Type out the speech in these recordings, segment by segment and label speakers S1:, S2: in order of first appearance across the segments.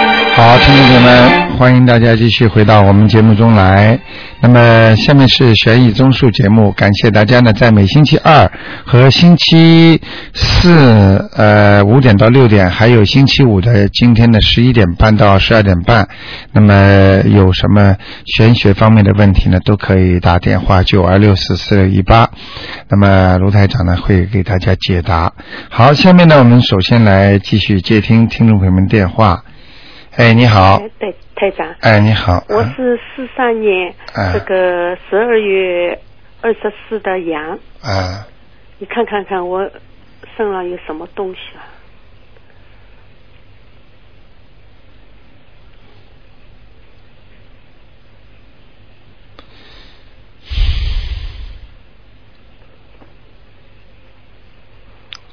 S1: 听众朋友们，欢迎大家继续回到我们节目中来。那么，下面是悬疑综述节目，感谢大家呢，在每星期二和星期四呃五点到六点，还有星期五的今天的十一点半到十二点半。那么有什么玄学方面的问题呢，都可以打电话九二六四四六一八。那么卢台长呢会给大家解答。好，下面呢我们首先来继续接听听众朋友们电话。哎，你好
S2: 哎，，对，台长，
S1: 哎，你好，
S2: 我
S1: 嗯
S2: 是四三年、
S1: 哎
S2: 这个十二月二十四的羊，
S1: 啊，
S2: 你看看看我身上有什么东西啊？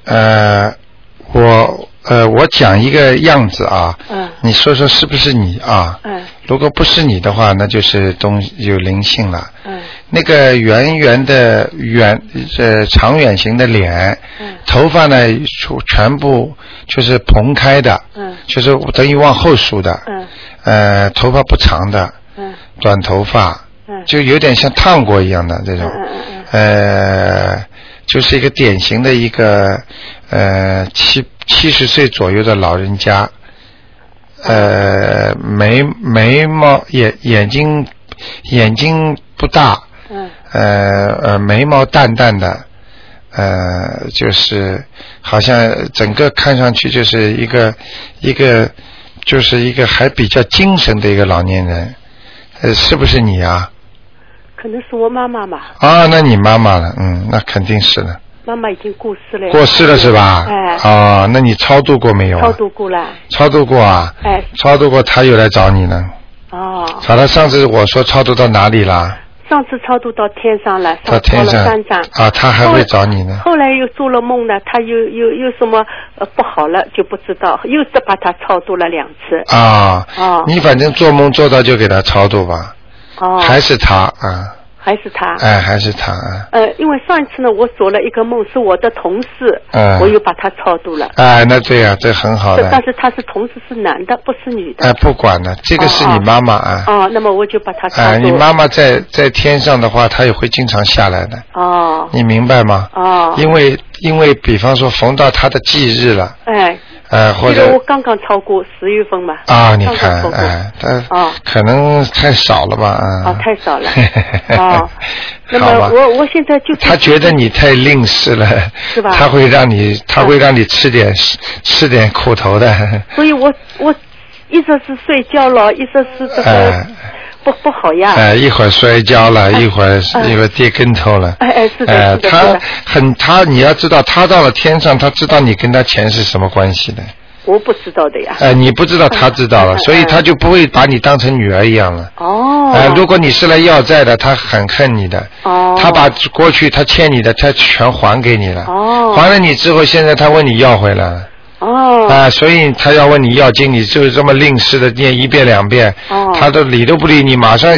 S1: 呃，我呃，我讲一个样子啊，
S2: 嗯
S1: 你说说是不是你啊？
S2: 嗯
S1: 如果不是你的话，那就是东有灵性了。
S2: 嗯
S1: 那个圆圆的圆呃长远型的脸，
S2: 嗯
S1: 头发呢全全部就是蓬开的，
S2: 嗯
S1: 就是等于往后梳的，
S2: 嗯
S1: 呃，头发不长的，
S2: 嗯
S1: 短头发，
S2: 嗯，
S1: 就有点像烫过一样的这种
S2: 嗯嗯嗯，
S1: 呃，就是一个典型的一个呃七七十岁左右的老人家，呃，眉眉毛眼眼睛眼睛不大，
S2: 嗯
S1: 呃呃眉毛淡淡的，呃，就是好像整个看上去就是一个一个就是一个还比较精神的一个老年人，呃，是不是你啊？
S2: 可能是我妈妈吧，
S1: 啊，那你妈妈了，嗯，那肯定是的，
S2: 妈妈已经过世了，
S1: 过世了是吧？
S2: 哎
S1: 哦，那你超度过没有啊？
S2: 超度过了，
S1: 超度过啊？
S2: 哎
S1: 超度过，他又来找你了。
S2: 哦，
S1: 好了，上次我说超度到哪里啦？
S2: 上次超度到天上了，
S1: 到
S2: 上
S1: 天
S2: 了
S1: 上
S2: 三张。
S1: 啊，他还会找你呢。
S2: 后来又做了梦呢，他又又又什么呃不好了就不知道，又是把他超度了两次。
S1: 啊，
S2: 哦
S1: 你反正做梦做到就给他超度吧，
S2: 哦，
S1: 还是他啊，
S2: 还是他。
S1: 哎，还是他啊，
S2: 呃，因为上一次呢，我做了一个梦，是我的同事，
S1: 嗯
S2: 我又把他超度了。
S1: 哎，那对呀、这很好
S2: 这
S1: 的，
S2: 但是他是同事是男的，不是女的。
S1: 哎，不管了，这个是你妈妈啊，
S2: 哦，那么我就把他超
S1: 哎，
S2: 度。
S1: 你妈妈在在天上的话，她也会经常下来的，
S2: 哦
S1: 你明白吗？
S2: 哦，
S1: 因为因为比方说逢到他的忌日了，
S2: 哎，
S1: 呃，或
S2: 这个我
S1: 者
S2: 刚刚超过十月份嘛。
S1: 啊，你
S2: 刚刚
S1: 看
S2: 超，过。
S1: 哎，他
S2: 哦
S1: 可能太少了吧，啊，。
S2: 哦，太少了 哦，那
S1: 好吧
S2: 么我我现在就是
S1: 他觉得你太吝啬了，
S2: 是吧啊
S1: 他会让你，他会让你吃点吃点苦头 的。
S2: 所以我我一直是睡觉了，一直是这个
S1: 哎
S2: 不不好呀。
S1: 哎，一会儿摔跤了，一会儿
S2: 哎
S1: 一会儿跌跟头了。
S2: 哎哎是的
S1: 哎
S2: 是的是
S1: 他
S2: 的
S1: 很他，你要知道，他到了天上，他知道你跟他钱是什么关系的。
S2: 我不知道的呀。
S1: 哎，你不知道，他知道 了，
S2: 嗯嗯
S1: 所以他就不会把你当成女儿一样了。
S2: 哦。
S1: 哎，如果你是来要债的，他很恨你的。
S2: 哦。
S1: 他把过去他欠你的，他全还给你了。
S2: 哦
S1: 还了你之后，现在他问你要回来了。
S2: 哦。
S1: 啊，所以他要问你要经，你就这么吝啬的念一遍两遍，
S2: 哦
S1: 他都理都不理你，马上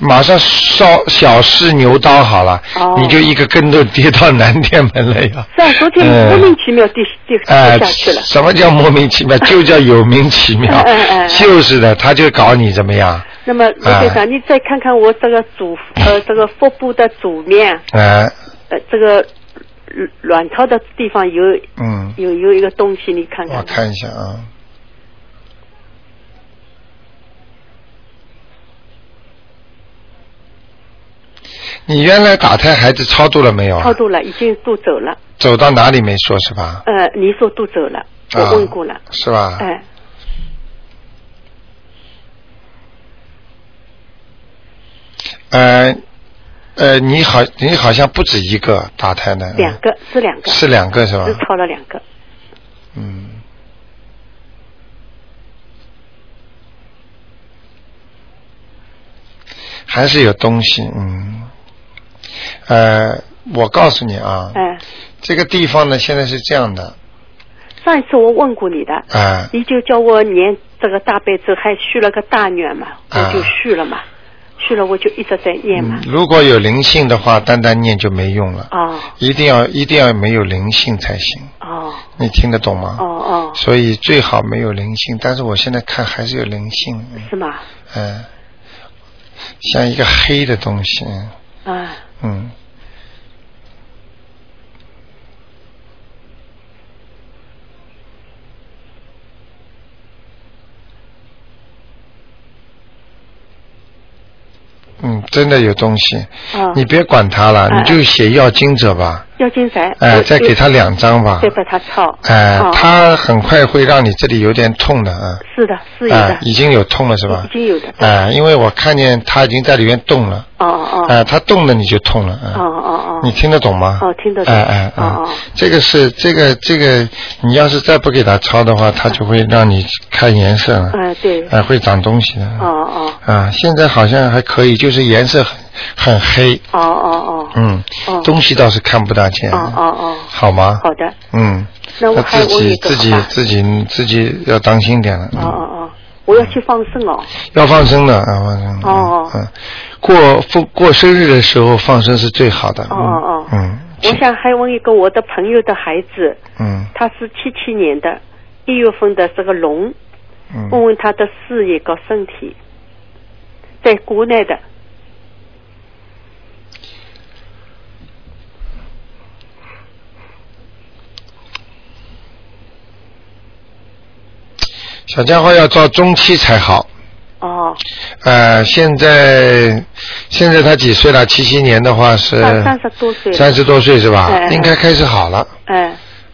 S1: 马上烧小试牛刀好了，
S2: 哦
S1: 你就一个跟头跌到南天门了呀。
S2: 是啊，昨天
S1: 嗯
S2: 莫名其妙地地
S1: 哎
S2: 掉下去了。
S1: 什么叫莫名 其妙？就叫有名其妙
S2: 嗯嗯嗯，嗯
S1: 就是的，他就搞你怎么样？
S2: 那么罗
S1: 哎
S2: 队长，你再看看我这个左呃这个腹部的左面
S1: 哎，
S2: 呃这个卵卵巢的地方有
S1: 嗯，
S2: 有有一个东西，你看
S1: 我
S2: 看。
S1: 看一下啊。你原来打胎孩子超度了没有啊？
S2: 超度了，已经渡走了。
S1: 走到哪里没说是吧？
S2: 呃，你说渡走了，
S1: 啊
S2: 我问过了。
S1: 是吧？
S2: 哎，
S1: 呃呃，你好，你好像不止一个打胎的，
S2: 两个是两个，
S1: 是啊两个是吧
S2: 是？超了两个。
S1: 嗯。还是有东西，嗯，呃，我告诉你啊，
S2: 哎，
S1: 这个地方呢，现在是这样的，
S2: 上一次我问过你的，
S1: 啊、
S2: 你就叫我念这个大悲咒，还续了个大愿嘛，我
S1: 啊
S2: 就续了嘛，续了我就一直在念嘛
S1: 嗯。如果有灵性的话，单单念就没用了，
S2: 哦
S1: 一定要一定要没有灵性才行。
S2: 哦哦
S1: 你听得懂吗？
S2: 哦哦，
S1: 所以最好没有灵性，但是我现在看还是有灵性，嗯
S2: 是吗？
S1: 嗯，像一个黑的东西，嗯
S2: 啊，
S1: 嗯，嗯，真的有东西，
S2: 哦，
S1: 你别管它了，
S2: 哎
S1: 你就写要经者吧，
S2: 要金宅，
S1: 哎、
S2: 我
S1: 再给他两张吧
S2: 再，把它抄，
S1: 哎、
S2: 哦
S1: 他很快会让你这里有点痛的啊，
S2: 是的，是有
S1: 啊、
S2: 的，
S1: 已经有痛了是吧？
S2: 已经有的，
S1: 啊、因为我看见他已经在里面动了，
S2: 哦哦
S1: 啊、他动了你就痛了，啊、
S2: 哦哦
S1: 你
S2: 哦，
S1: 听得懂吗？
S2: 哦听得懂
S1: 哎哎哎，
S2: 哦哦
S1: 这个是这个这个，你要是再不给它抄的话，它
S2: 嗯
S1: 就会让你看颜色了，
S2: 哎对，
S1: 哎、会长东西的。
S2: 哦哦
S1: 啊，现在好像还可以，就是颜色很很黑，
S2: 哦哦哦，
S1: 嗯，
S2: 哦
S1: 东西倒是看不大见，
S2: 哦哦哦，
S1: 好吗？
S2: 好的，
S1: 嗯，
S2: 那我还
S1: 自
S2: 我有
S1: 己
S2: 一个
S1: 自己
S2: 好吧
S1: 自己自己要当心点了，
S2: 哦
S1: 嗯
S2: 哦哦，我要去放生哦，
S1: 要放生的啊，放生。
S2: 哦
S1: 嗯，过过过生日的时候放生是最好的。
S2: 哦哦哦
S1: 嗯
S2: 我想还问一个我的朋友的孩子，
S1: 嗯
S2: 他是七七年的，一月份的这个龙，
S1: 嗯
S2: 问
S1: 嗯，
S2: 问他的事业和身体，在国内的，
S1: 小家伙要到中期才好。
S2: 哦，
S1: 呃，现在现在他几岁了？七七年的话是
S2: 三三十多岁了
S1: 三十多岁是吧
S2: 哎？哎
S1: 应该开始好了
S2: 哎，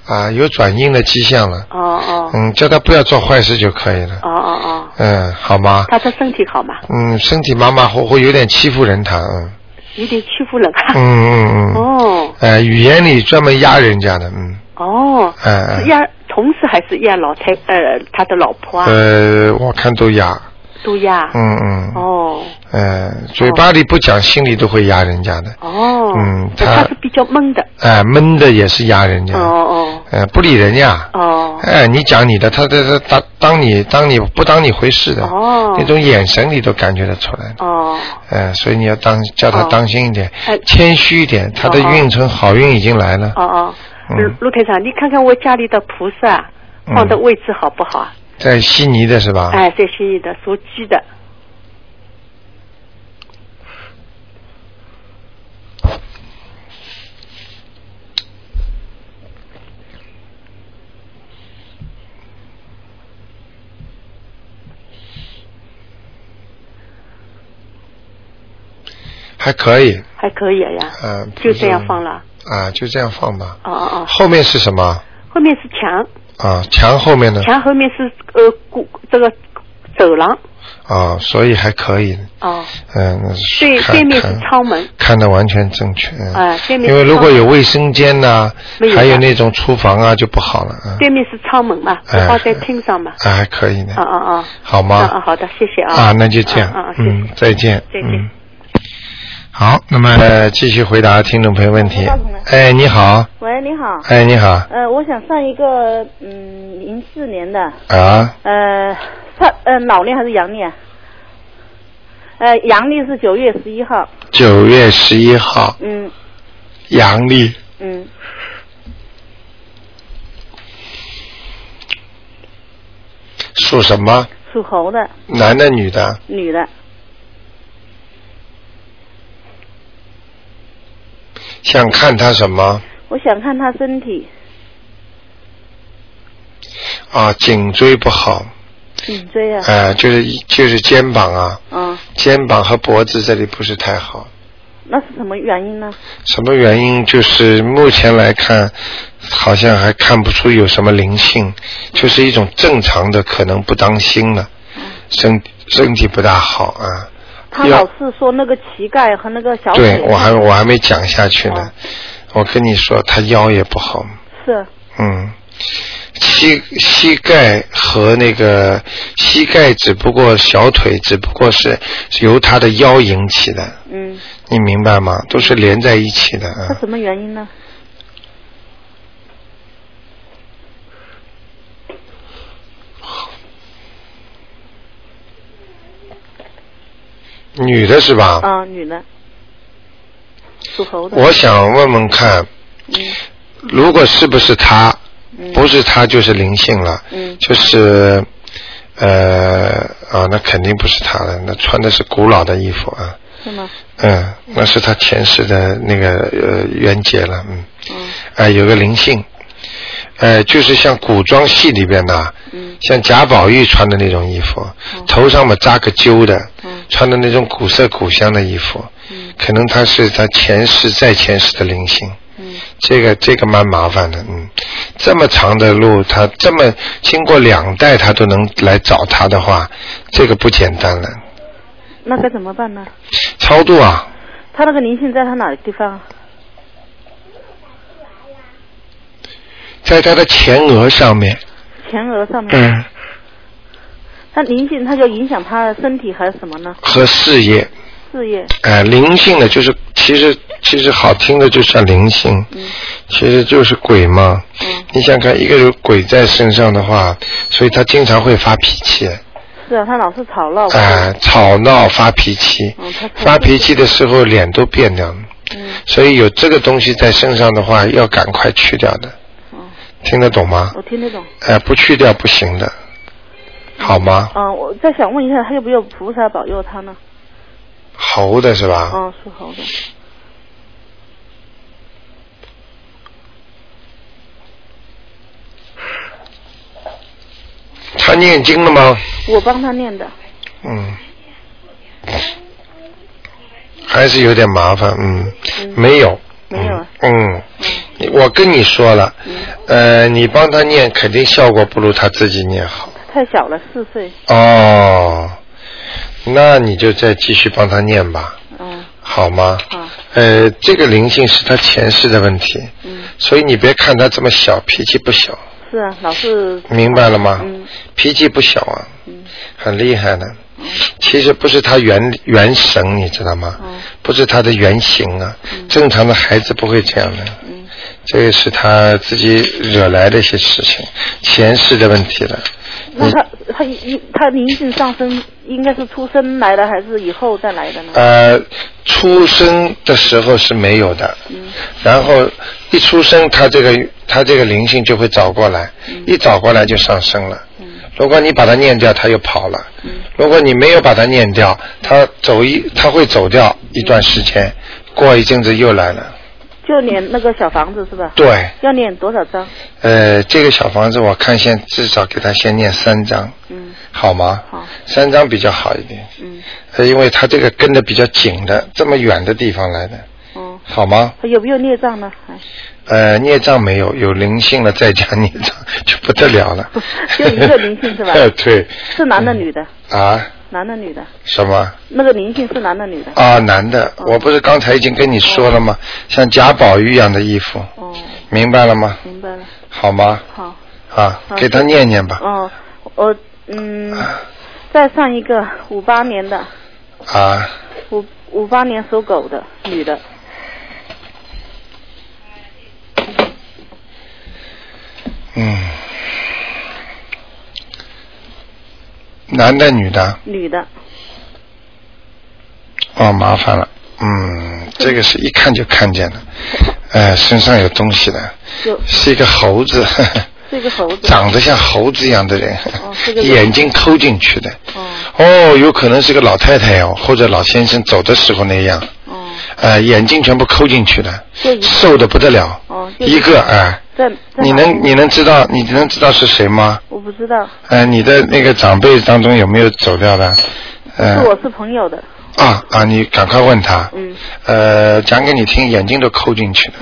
S1: 啊，有转阴的迹象了。
S2: 哦哦，
S1: 嗯，叫他不要做坏事就可以了
S2: 哦。哦哦，
S1: 嗯，好吗？
S2: 他的身体好吗？
S1: 嗯，身体马马虎虎，有点欺负人他。嗯
S2: 有点欺负人啊。
S1: 嗯嗯嗯。
S2: 哦
S1: 呃，语言里专门压人家的，嗯。
S2: 哦，
S1: 哎
S2: 是压同事还是压老太呃他的老婆啊？
S1: 呃，我看都压，
S2: 都压。
S1: 嗯嗯，
S2: 哦
S1: 呃，嘴巴里不讲，心里都会压人家的，
S2: 哦。
S1: 嗯
S2: 那
S1: 他
S2: 他是比较闷的。
S1: 哎、闷的也是压人家，
S2: 哦哦
S1: 呃，不理人家，
S2: 哦
S1: 哎、你讲你的，他他他当当你当你不当你回事的，
S2: 哦
S1: 那种眼神里都感觉得出来，
S2: 哦
S1: 哎、所以你要当叫他
S2: 哦
S1: 当心一点，
S2: 哎
S1: 谦虚一点，他的
S2: 哦哦
S1: 运程好运已经来了，
S2: 哦哦。
S1: 嗯
S2: 陆陆台长，你看看我家里的菩萨
S1: 嗯啊
S2: 放的位置好不好啊？
S1: 在悉尼的是吧？
S2: 哎，在心里的属鸡的。
S1: 还可以，
S2: 还可以呀、
S1: 嗯、
S2: 就这样放了。
S1: 啊、就这样放吧。
S2: 哦哦哦，
S1: 后面是什么？
S2: 后面是墙，
S1: 啊，墙后面呢？
S2: 墙后面是呃古这个走廊。
S1: 啊，所以还可以，
S2: 哦，
S1: 嗯，那是
S2: 对，
S1: 看
S2: 对面是
S1: 看
S2: 窗门。
S1: 看的完全正确，嗯
S2: 哎对面
S1: 因为
S2: 是
S1: 如果
S2: 窗
S1: 有卫生间呐、
S2: 没有
S1: 还有
S2: 的
S1: 那种厨房啊，就不好了，嗯，
S2: 对面是窗门嘛，
S1: 哎
S2: 我放在厅上嘛。
S1: 啊，还可以呢，
S2: 啊啊啊！
S1: 好吗？
S2: 啊啊，好的，谢谢啊。
S1: 啊，那就这样，
S2: 啊啊，谢谢
S1: 嗯，再见，
S2: 再见
S1: 嗯。好，那么、呃继续回答听众朋友问题
S3: 回答什么。
S1: 哎，你好，
S3: 喂，你好。
S1: 哎，你好，
S3: 呃，我想上一个，嗯，零四年的，
S1: 啊，
S3: 呃，上呃老年还是阳历啊？呃，阳历是九月十一号。
S1: 九月十一号，
S3: 嗯
S1: 阳历
S3: 嗯，
S1: 属什么？
S3: 属猴的，
S1: 男的，女的？
S3: 女的，
S1: 想看他什么？
S3: 我想看她身体，
S1: 啊，颈椎不好，
S3: 颈椎啊，
S1: 呃，就是就是肩膀啊，
S3: 嗯，
S1: 肩膀和脖子这里不是太好。
S3: 那是什么原因呢？
S1: 什么原因？就是目前来看，好像还看不出有什么灵性，就是一种正常的，可能不当心了，
S3: 嗯
S1: 身身体不大好啊。
S3: 她
S1: 要
S3: 老是说那个膝盖和那个小腿
S1: 对，我还我还没讲下去呢
S3: 哦。
S1: 我跟你说，他腰也不好，
S3: 是
S1: 嗯，膝膝盖和那个膝盖，只不过小腿，只不过是由他的腰引起的。
S3: 嗯，
S1: 你明白吗？都是连在一起的
S3: 她
S1: 啊。
S3: 什么原因呢？
S1: 女的是吧？
S3: 啊，女的，属猴的，
S1: 我想问问看，
S3: 嗯
S1: 如果是不是她，不是他就是灵性了，
S3: 嗯
S1: 就是呃啊，那肯定不是他了，那穿的是古老的衣服啊，
S3: 是吗？
S1: 嗯，那是他前世的那个呃冤结了，嗯，
S3: 嗯
S1: 啊、有个灵性，呃，就是像古装戏里边的，
S3: 嗯
S1: 像贾宝玉穿的那种衣服，头上嘛扎个揪的，
S3: 嗯
S1: 穿的那种古色古香的衣服，
S3: 嗯
S1: 可能他是他前世再前世的灵性。
S3: 嗯
S1: 这个这个蛮麻烦的，嗯，这么长的路，他这么经过两代，他都能来找他的话，这个不简单了。
S3: 那该怎么办呢？
S1: 超度啊，
S3: 他那个灵性在他哪个地方？
S1: 在他的前额上面，
S3: 前额上面。
S1: 嗯，
S3: 他灵性，他就影响他的身体还是什么呢？
S1: 和事业，
S3: 事业。
S1: 呃，灵性的，就是其实其实好听的就叫灵性，
S3: 嗯
S1: 其实就是鬼嘛。
S3: 嗯，
S1: 你想看一个有鬼在身上的话，所以他经常会发脾气，啊、
S3: 是啊，他老是吵闹。
S1: 吵闹发脾气，
S3: 嗯，他他
S1: 发脾气的时候脸都变了。
S3: 嗯
S1: 所以有这个东西在身上的话，要赶快去掉的，
S3: 嗯，
S1: 听得懂吗？
S3: 我听得懂。
S1: 呃，不去掉不行的，好吗？
S3: 嗯，我再想问一下，他有没有菩萨保佑他呢？
S1: 猴的是吧？
S3: 嗯，属猴的。
S1: 他念经了吗？
S3: 我帮他念的。
S1: 嗯，还是有点麻烦，嗯，
S3: 嗯
S1: 没有，
S3: 没有啊
S1: 嗯，
S3: 嗯
S1: 嗯，我跟你说了，
S3: 嗯，
S1: 呃，你帮他念，肯定效果不如他自己念好。
S3: 太小了，四岁。
S1: 哦，那你就再继续帮他念吧，
S3: 嗯，
S1: 好吗？
S3: 好，
S1: 呃，这个灵性是他前世的问题，
S3: 嗯，
S1: 所以你别看他这么小，脾气不小，
S3: 是啊，老是。
S1: 明白了吗？
S3: 嗯
S1: 脾气不小啊，
S3: 嗯
S1: 很厉害的。其实不是他原原神，你知道吗？
S3: 嗯
S1: 不是他的原型啊，正常的孩子不会这样的。
S3: 嗯
S1: 这个是他自己惹来的一些事情，前世的问题了。
S3: 那他他一他灵性上升，应该是出生来的还是以后再来的呢？
S1: 呃，出生的时候是没有的，
S3: 嗯
S1: 然后一出生，他这个他这个灵性就会找过来，一找过来就上升了。
S3: 嗯
S1: 如果你把它念掉，它又跑了；
S3: 嗯
S1: 如果你没有把它念掉，它走一它会走掉一段时间，过一阵子又来了。
S3: 就念那个小房子是吧？
S1: 对，
S3: 要念多少张？
S1: 呃，这个小房子我看先至少给他先念三章，
S3: 嗯，
S1: 好吗？
S3: 好，
S1: 三章比较好一点，
S3: 嗯
S1: 呃因为他这个跟的比较紧的，这么远的地方来的，
S3: 哦，
S1: 好吗？
S3: 他有没有孽障呢？哎还。
S1: 呃，孽障没有，有灵性了再加孽障 就不得了了
S3: 就一个灵性是吧
S1: 呃 对。
S3: 是男的女的？
S1: 啊，
S3: 男的女的？
S1: 什么？
S3: 那个灵性是男的女的？
S1: 啊，男的，我不是刚才已经跟你说了吗？像贾宝玉一样的衣服，
S3: 哦，
S1: 明白了吗？
S3: 明白了，
S1: 好吗？
S3: 好，
S1: 啊
S3: 好，
S1: 给他念念吧。
S3: 哦，我嗯，再上一个五八年的，
S1: 啊，
S3: 五五八年属狗的女的，
S1: 嗯，男的女的，
S3: 女的，
S1: 哦，麻烦了。嗯，这个是一看就看见了，呃，身上有东西的，
S3: 有
S1: 是一个猴子， 呵呵
S3: 是一个猴子。
S1: 长得像猴子一样的人，呵呵
S3: 哦是个
S1: 眼睛抠进去的。
S3: 哦
S1: 哦，有可能是个老太太哦，或者老先生走的时候那样，
S3: 哦
S1: 呃，眼睛全部抠进去的，
S3: 就一
S1: 瘦的不得了，
S3: 哦，就
S1: 一个哎、
S3: 在在
S1: 你
S3: 哪里
S1: 能你能知道你能知道是谁吗？
S3: 我不知道，
S1: 呃，你的那个长辈当中有没有走掉的？呃
S3: 是，我是朋友的，
S1: 啊啊，你赶快问他。
S3: 嗯，
S1: 呃，讲给你听，眼睛都抠进去了。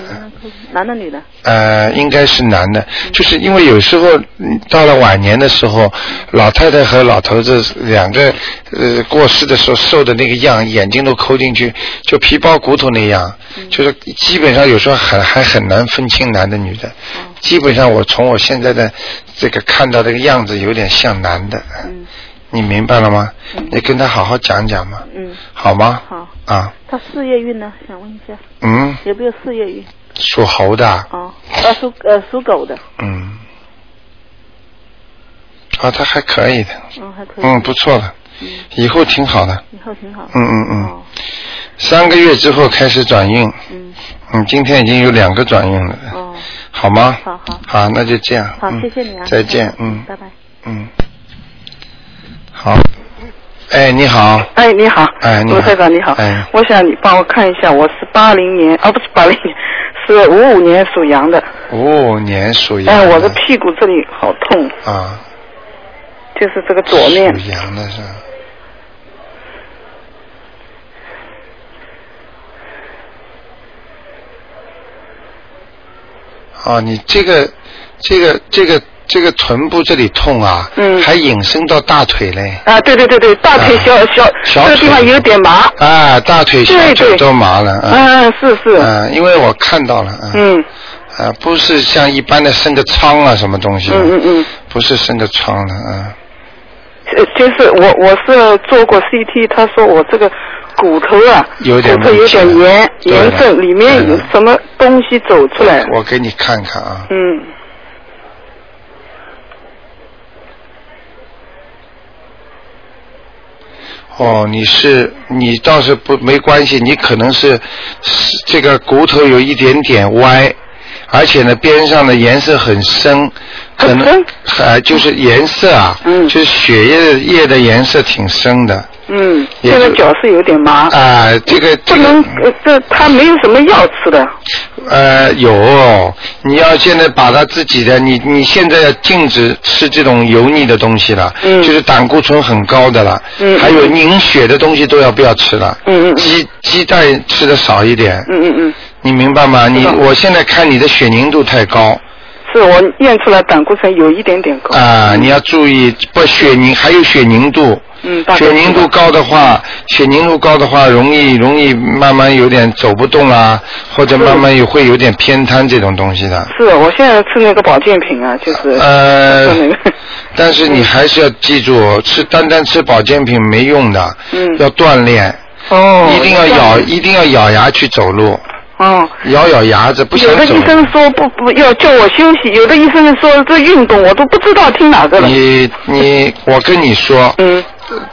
S3: 男的女的，
S1: 呃，应该是男的，就是因为有时候嗯到了晚年的时候，老太太和老头子两个呃过世的时候瘦的那个样，眼睛都抠进去，就皮包骨头那样，
S3: 嗯
S1: 就是基本上有时候很还很难分清男的女的。
S3: 嗯哦
S1: 基本上我从我现在的这个看到这个样子，有点像男的，
S3: 嗯
S1: 你明白了吗？你跟他好好讲讲嘛，
S3: 嗯，
S1: 好吗？
S3: 好，
S1: 啊，
S3: 他事业运呢？想问一下
S1: 嗯，
S3: 有没有事业运？
S1: 属猴的啊。
S3: 哦，呃属呃属狗的，
S1: 嗯，啊，他还可以的，
S3: 嗯还可以，
S1: 嗯，不错的，
S3: 嗯
S1: 以后挺好的，
S3: 以后挺好，
S1: 嗯嗯嗯，
S3: 哦
S1: 三个月之后开始转运，
S3: 嗯
S1: 嗯，今天已经有两个转运了，
S3: 哦
S1: 好吗？
S3: 好好
S1: 好，那就这样。
S3: 好
S1: 嗯，
S3: 谢谢你啊。
S1: 再见，嗯
S3: 拜拜。
S1: 嗯，好。哎，你好，
S4: 哎，你好，
S1: 哎你好
S4: 卢台长你好，
S1: 哎
S4: 我想你帮我看一下，我是八零年， 啊不是八零年，是五五年属羊的，
S1: 五五哦年属羊
S4: 哎，
S1: 的。
S4: 我的屁股这里好痛，
S1: 啊，
S4: 就是这个左面，
S1: 属羊的是吧。哦，你这个，这个，这个，这个臀部这里痛啊，
S4: 嗯
S1: 还引申到大腿嘞，
S4: 啊对对对对，大腿小、小
S1: 小
S4: 这个地方
S1: 腿
S4: 有点麻，
S1: 啊，大腿、小
S4: 对
S1: 腿
S4: 对
S1: 都麻了，啊，
S4: 嗯是是，
S1: 啊，因为我看到了，啊，
S4: 嗯
S1: 啊，不是像一般的生个疮啊，什么东西，
S4: 嗯嗯嗯，
S1: 不是生个疮了，啊，
S4: 呃就是我我是做过 CT，他说我这个骨头啊，
S1: 有点
S4: 骨头有点
S1: 问题
S4: 炎
S1: 对的
S4: 炎症，里面有
S1: 对的
S4: 什么东西走出来，
S1: 我给你看看啊，
S4: 嗯
S1: 哦，你是你倒是不没关系，你可能是是这个骨头有一点点歪，而且呢边上的颜色很深，可
S4: 很
S1: 能
S4: 深
S1: 呃就是颜色啊，
S4: 嗯
S1: 就是血液的液的颜色挺深的
S4: 嗯，
S1: 也
S4: 这个
S1: 就
S4: 脚是有点麻。
S1: 啊、嗯这个
S4: 不
S1: 这
S4: 能
S1: 个，
S4: 呃这他没有什么药吃的。
S1: 呃有，你要现在把它自己的你你现在要禁止吃这种油腻的东西了，
S4: 嗯
S1: 就是胆固醇很高的了，
S4: 嗯
S1: 还有凝血的东西都要不要吃了，
S4: 嗯嗯
S1: 鸡鸡蛋吃的少一点，
S4: 嗯嗯嗯，
S1: 你明白吗？你
S4: 知道
S1: 我现在看你的血凝度太高
S4: 是我验出来胆固醇有一点点高。
S1: 啊、你要注意不血凝还有血凝度，
S4: 嗯，大概
S1: 血
S4: 知道
S1: 凝度。高的话，血凝度高的话容易容易慢慢有点走不动啦，或者慢慢也会有点偏瘫这种东西的。
S4: 是我现在吃那个保健品啊，就是
S1: 呃
S4: 吃那个。
S1: 但是你还是要记住，吃单单吃保健品没用的，
S4: 嗯
S1: 要锻炼，
S4: 哦。
S1: 一定要咬，一定要咬牙去走路，
S4: 哦。
S1: 咬咬牙子不想
S4: 有的
S1: 走
S4: 医。生说不不要叫我休息，有的医生说这运动，我都不知道听哪个了。
S1: 你你，我跟你说，
S4: 嗯，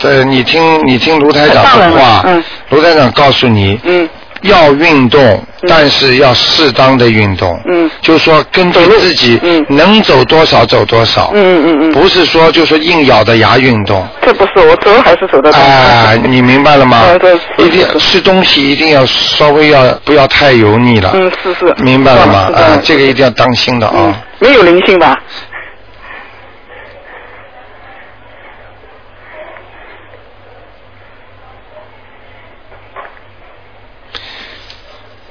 S1: 呃，你听你听卢台长
S4: 当然
S1: 的
S4: 了
S1: 话，
S4: 嗯
S1: 卢台长告诉你，
S4: 嗯
S1: 要运动，但是要适当的运动，
S4: 嗯
S1: 就是说根据自己
S4: 嗯
S1: 能走多少走多少，
S4: 嗯嗯嗯嗯，
S1: 不是说就说硬咬着牙运动。
S4: 这不是我走还是走得到。
S1: 啊，你明白了吗
S4: 嗯对？是
S1: 一定
S4: 是
S1: 吃东西一定要稍微要不要太油腻了，
S4: 嗯，是是。
S1: 啊明白了吗？
S4: 知道
S1: 啊
S4: 了，
S1: 这个一定要当心的
S4: 嗯
S1: 啊。，
S4: 没有灵性吧？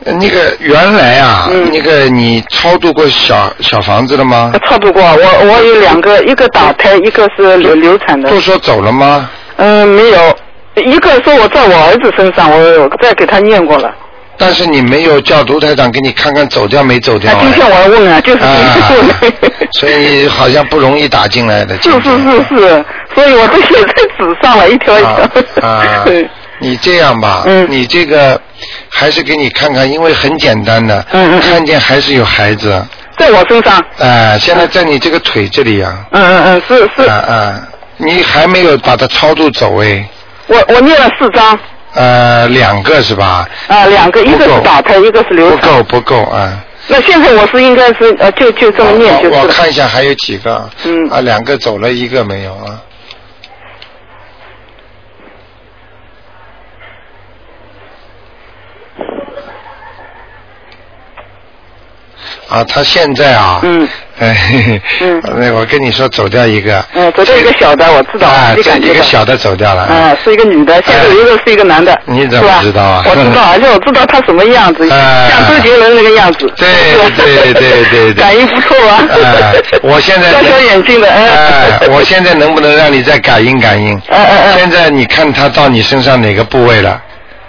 S1: 呃那个原来啊，
S4: 嗯
S1: 那个你超度过小小房子了吗
S4: 啊？差不多，我我有两个，一个打胎，一个是流流产的。
S1: 都说走了吗？
S4: 嗯，没有，一个说我在我儿子身上，我我再给他念过了。
S1: 但是你没有叫卢台长给你看看走掉没走掉
S4: 啊，今天我要问啊，就是
S1: 哎 啊
S4: 今天问，，
S1: 所以好像不容易打进来的。
S4: 是
S1: 今
S4: 是
S1: 天
S4: 是是，所以我都写在纸上了，一条一条。
S1: 啊啊
S4: 对，
S1: 你这样吧，
S4: 嗯
S1: 你这个还是给你看看，因为很简单的，
S4: 嗯嗯嗯
S1: 看见还是有孩子，
S4: 在我身上，
S1: 哎、现在在你这个腿这里啊，
S4: 嗯嗯嗯，是
S1: 啊
S4: 是，
S1: 啊，你还没有把它超度走哎，
S4: 我我念了四张
S1: 呃，两个是吧？
S4: 啊，两个，一个
S1: 不够
S4: 是打胎，一个是流
S1: 不
S4: 产。
S1: 够不够啊。
S4: 那现在我是应该是呃，就就这么念就
S1: 我我
S4: 是
S1: 我
S4: 了。
S1: 看一下还有几个，
S4: 嗯
S1: 啊，两个走了一个没有啊？啊，他现在啊，
S4: 嗯，
S1: 哎，嘿嘿
S4: 嗯
S1: 那我跟你说，走掉一个，
S4: 嗯，走掉一个小的，我知道，
S1: 啊，
S4: 你
S1: 这
S4: 感觉
S1: 一个
S4: 到
S1: 小的走掉了，
S4: 哎，是一个女的，现在有一个是一个男的，
S1: 你怎么
S4: 是吧
S1: 知道啊
S4: 我知道，而且我知道他什么样子，
S1: 哎
S4: 像周杰伦那个样子。
S1: 对
S4: 是吧
S1: 对对对对
S4: 感应不错啊。
S1: 哎我现在
S4: 小小眼睛的，
S1: 哎
S4: 哎，，
S1: 我现在能不能让你再感应感应？
S4: 哎哎哎，
S1: 现在你看他到你身上哪个部位了？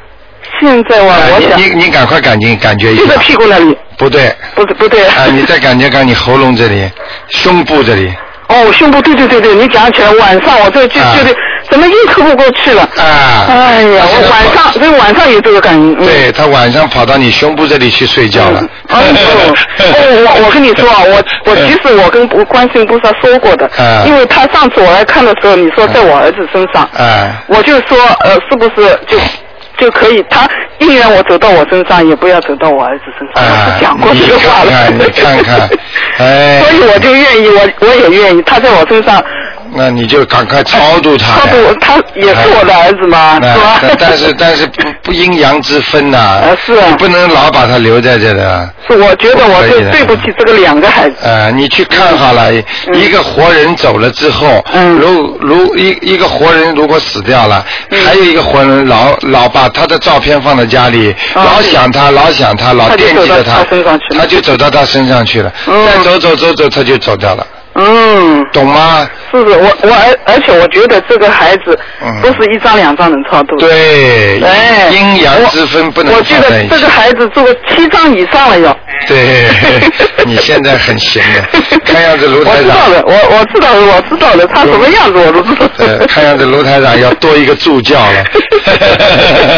S4: 现在我
S1: 啊
S4: 我想
S1: 你你你赶快感觉感觉一
S4: 就在
S1: 下，
S4: 屁股那里，
S1: 不对，
S4: 不对不对。
S1: 啊，你再感觉看你喉咙这里、胸部这里，
S4: 哦，胸部，对对对对，你讲起来，晚上我这就
S1: 哎
S4: 就得怎么应付不过去了。
S1: 啊，
S4: 哎呀，
S1: 他现
S4: 我
S1: 在跑
S4: 晚上这个晚上有这个感应。嗯
S1: 对他晚上跑到你胸部这里去睡觉 了。
S4: 哎呦，哦，我我跟你说啊，我我其实我跟我观世音菩萨说过的
S1: 啊，
S4: 因为他上
S1: 嗯
S4: 次我来看的时候，你说在我儿子身上，
S1: 啊
S4: 我就说呃，是不是就就可以，他硬让我走到我身上，也不要走到我儿子身上。我
S1: 啊
S4: 是讲，过
S1: 你
S4: 这个话
S1: 看
S4: 了。
S1: 看，你看看， 哎，
S4: 所以我就愿意，我我也愿意，他在我身上，
S1: 那你就赶快超度他呀。
S4: 他不，他也是我的儿子嘛，
S1: 那
S4: 啊是吧
S1: 哎但？但是但是不不阴阳之分呐、
S4: 啊是啊
S1: 你不能老把他留在这的。啊
S4: 是我觉得我
S1: 不可以
S4: 对
S1: 的
S4: 对不起这个两个孩子。
S1: 呃，你去看好了，一个活人走了之后，
S4: 嗯
S1: 如如一一个活人如果死掉了，
S4: 嗯
S1: 还有一个活人老老把他的照片放在家里，
S4: 啊
S1: 老想他，老想他，老
S4: 他就
S1: 惦记着
S4: 走到他身上去了
S1: 他就走到他身上去了，
S4: 嗯
S1: 再走走走走，他就走掉了，
S4: 嗯，
S1: 懂吗？
S4: 是的，我我而而且我觉得这个孩子
S1: 嗯
S4: 不是一张两张能超度的。
S1: 对，
S4: 哎，
S1: 阴阳之分不能
S4: 我我觉
S1: 放在
S4: 得
S1: 一
S4: 这
S1: 起
S4: 个。孩子做了七张以上了要。
S1: 对， 你现在很行 的，看样子卢台长
S4: 我知道的，我我知道的，我知道的，他什么样子我都知道。
S1: 呃，看样子卢台长要多一个助教 了。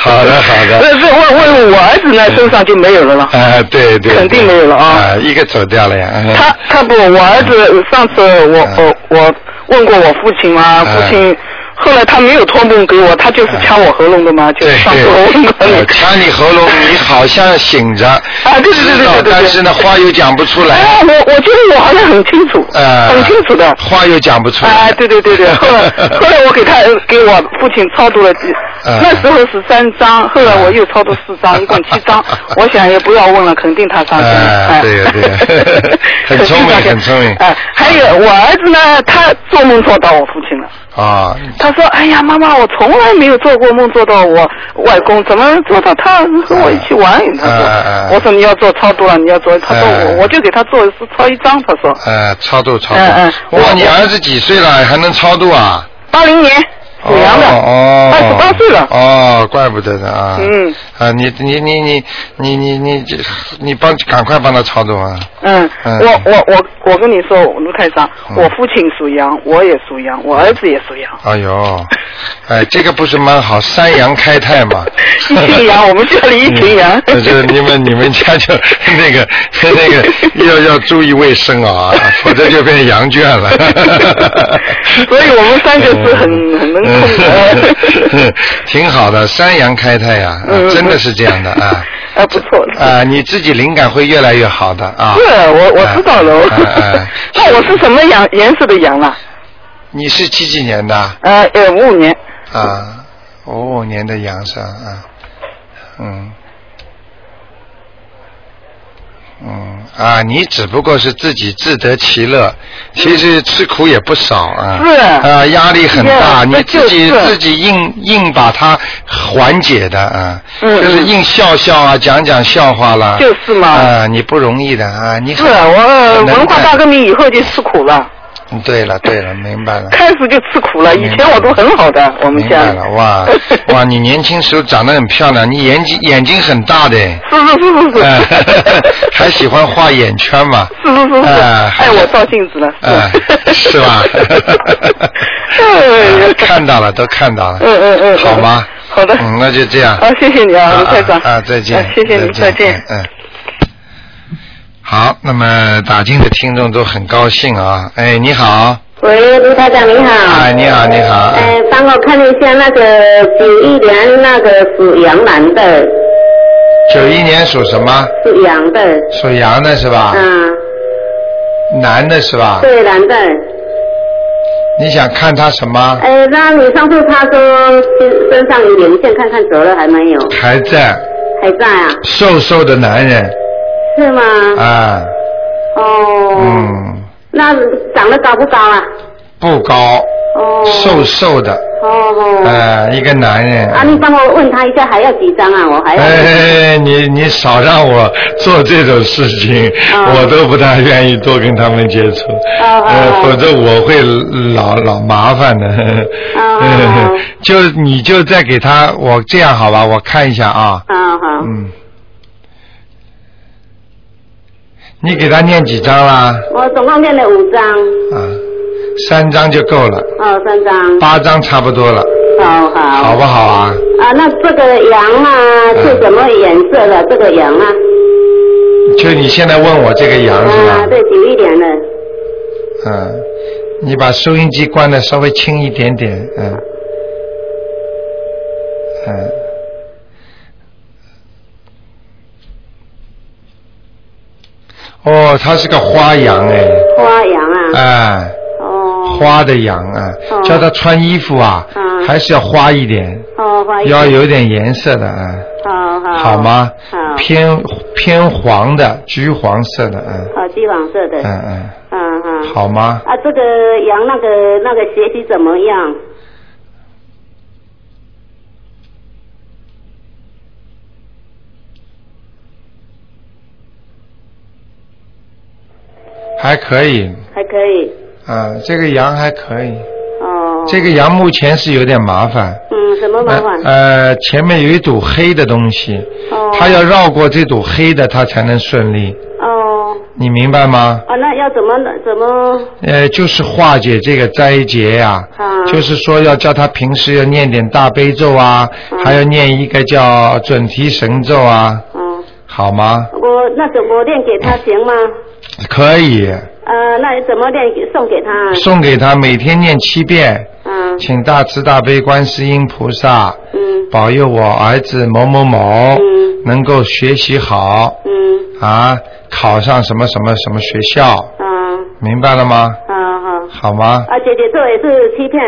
S1: 好的，好
S4: 那
S1: 的。
S4: 是问问我儿子呢，身上就没有了了。
S1: 啊，对对。
S4: 肯定没有了啊
S1: 啊，一个走掉了呀。
S4: 他他不，我儿子上次我
S1: 嗯
S4: 我我问过我父亲嘛，
S1: 嗯
S4: 父亲后来他没有托梦给我，他就是掐我喉咙的嘛，就
S1: 对
S4: 是上次我问过
S1: 对，
S4: 你。
S1: 掐你喉咙，你好像醒着，
S4: 啊对对对对
S1: 知道
S4: 对对
S1: 但是呢，话又讲不出来，
S4: 哎，我我觉得我好像很清楚，
S1: 呃，
S4: 很清楚的。
S1: 话又讲不出来。
S4: 哎，对对对对， 后来后来我给他给我父亲超度了几，
S1: 嗯
S4: 那时候是三张，后来我又超度四张，一共七 张。我想也不要问了，肯定他上身了。
S1: 哎
S4: 哎，
S1: 对呀对呀 很聪 明
S4: 肯定上身
S1: 很聪明
S4: 哎，还有我儿子呢，他做梦做到我父亲了。
S1: 啊，
S4: 他说：“哎呀，妈妈，我从来没有做过梦做到我外公，怎么做到他和我一起玩？”他说：“
S1: 嗯嗯嗯
S4: 我说你要做超度了，你要做。”他说：“
S1: 嗯
S4: 我我就给他做是超一张。”他说
S1: 呃，超度超度。
S4: 嗯嗯
S1: 哇，
S4: 我
S1: 你儿子几岁了还能超度啊？：“
S4: 八零年属羊的，
S1: 哦，
S4: 二十八岁了。”
S1: 哦，怪不得的啊。
S4: 嗯。
S1: 啊，你你你你你你你这你帮赶快帮他操作啊！
S4: 嗯，
S1: 嗯
S4: 我我我我跟你说，卢太长，
S1: 嗯
S4: 我父亲属羊，我也属羊，我儿子也属 羊，。
S1: 哎呦，哎，这个不是蛮好，三羊开泰嘛
S4: 一群羊我们家里一群羊
S1: 嗯就是你们你们家就那个 那个要要注意卫生啊，否则就变羊圈了。
S4: 所以我们三个 是很
S1: 嗯
S4: 很能控的
S1: 嗯 挺好的，三羊开泰呀、啊
S4: 嗯
S1: 真的是这样的 啊。
S4: 哎，不错。
S1: 啊，你自己灵感会越来越好的啊。
S4: 是，我我知道了。我
S1: 哎哎哎
S4: 那我是什么羊颜色的羊啊？
S1: 你是几几年的啊
S4: 呃呃，五五年。
S1: 啊？五五年的羊是吧啊，嗯。嗯啊，你只不过是自己自得其乐，其实吃苦也不少啊。
S4: 嗯是
S1: 啊，压力很大，
S4: 是
S1: 你自己、
S4: 就是
S1: 自己硬硬把它缓解的啊，
S4: 嗯
S1: 就是硬笑笑啊，讲讲笑话啦。
S4: 就是嘛
S1: 啊，你不容易的啊，你
S4: 是
S1: 很
S4: 我呃
S1: 很能
S4: 文化
S1: 干
S4: 大革命以后就吃苦了，
S1: 嗯对了对了，明白了。
S4: 开始就吃苦了。以
S1: 明白
S4: 前我都很好的，我们
S1: 嗯明
S4: 家
S1: 白。了， 哇哇！你年轻时候长得很漂亮，你眼睛眼睛很大 的，
S4: 是是是是是。
S1: 哎 还喜欢画眼圈嘛？
S4: 是是是是，
S1: 哎
S4: 哎，我照镜子了，
S1: 哎是吧
S4: 哎
S1: 啊
S4: 呀
S1: 看到了，都看到了。
S4: 嗯嗯嗯，
S1: 好吗？
S4: 好的，
S1: 嗯，那就这样。
S4: 好，谢谢你啊，卢台长。
S1: 啊啊，再见
S4: 啊。谢谢你，再见。
S1: 嗯。嗯好，那么打进的听众都很高兴啊！哎，你好，
S5: 喂，卢台长你好。
S1: 哎，你好，你好，
S5: 哎，帮我看一下那个九一年那个属羊男的，
S1: 九一年属什么？
S5: 属羊的，
S1: 属羊的是吧？
S5: 嗯，
S1: 男的是吧？
S5: 对，男的。
S1: 啊你想看他什么？
S5: 哎，那你上次他说身身上有点线，看看折了还没有？
S1: 还在
S5: 还在啊？
S1: 瘦瘦的男人
S5: 是吗？
S1: 啊，
S5: 哦。。
S1: 嗯，
S5: 那长得高不高啊？
S1: 不高，
S5: 哦。
S1: 瘦。瘦的，
S5: 哦哦。
S1: 呃，一个男人。
S5: 啊，你帮我问他一下还要几张啊？我还要。
S1: 哎，你你少让我做这种事情，
S5: 啊
S1: 我都不大愿意多跟他们接触，
S5: 啊
S1: 呃，
S5: 啊
S1: 否则我会老老麻烦的。
S5: 啊
S1: 嗯 就你就再给他，我这样好吧？我看一下啊，
S5: 好哦好。
S1: 嗯，你给他念几张啦？
S5: 我总共练了五张，
S1: 啊，三张就够了，
S5: 哦，三张。
S1: 八张差不多了，
S5: 好好。
S1: 好不好啊？
S5: 啊，那这个羊啊
S1: 嗯
S5: 是什么颜色的？这个羊啊，
S1: 就你现在问我这个羊是吧？
S5: 啊，对，久一点的。
S1: 嗯，你啊把收音机关的稍微轻一点点，嗯，嗯。哦，它是个花羊哎，
S5: 花羊啊，
S1: 哎、
S5: 哦，
S1: 花的羊啊，
S5: 哦
S1: 叫他穿衣服啊，
S5: 嗯
S1: 还是要花一点，
S5: 哦花嗯
S1: 要有点颜色的啊，
S5: 好好
S1: 好吗？
S5: 好，
S1: 偏偏黄的，橘黄色的，嗯
S5: 好金黄色的，
S1: 嗯嗯，
S5: 嗯嗯，
S1: 好吗？
S5: 啊，这个羊那个那个学习怎么样？
S1: 还可以，
S5: 还可以
S1: 啊，这个羊还可以，
S5: 哦。
S1: 这个羊目前是有点麻烦，
S5: 嗯，什么麻烦？
S1: 呃，前面有一堵黑的东西，
S5: 哦
S1: 嗯它要绕过这堵黑的，它才能顺利，
S5: 哦
S1: 你明白吗？
S5: 啊，那要怎么怎么
S1: 呃，就是化解这个灾劫呀、
S5: 啊？
S1: 就是说要叫他平时要念点大悲咒啊，
S5: 嗯
S1: 还要念一个叫准提神咒啊，
S5: 哦，
S1: 好吗？
S5: 我那怎么练给
S1: 嗯
S5: 他行吗？
S1: 可以
S5: 呃，那怎么练送给他？
S1: 送给他，每天念七遍，
S5: 嗯
S1: 请大慈大悲观世音菩萨
S5: 嗯
S1: 保佑我儿子某某某
S5: 嗯
S1: 能够学习好
S5: 嗯
S1: 啊，考上什么什么什么学校，
S5: 啊
S1: 明白了吗？
S5: 啊好
S1: 好吗？
S5: 啊，姐姐这也是欺骗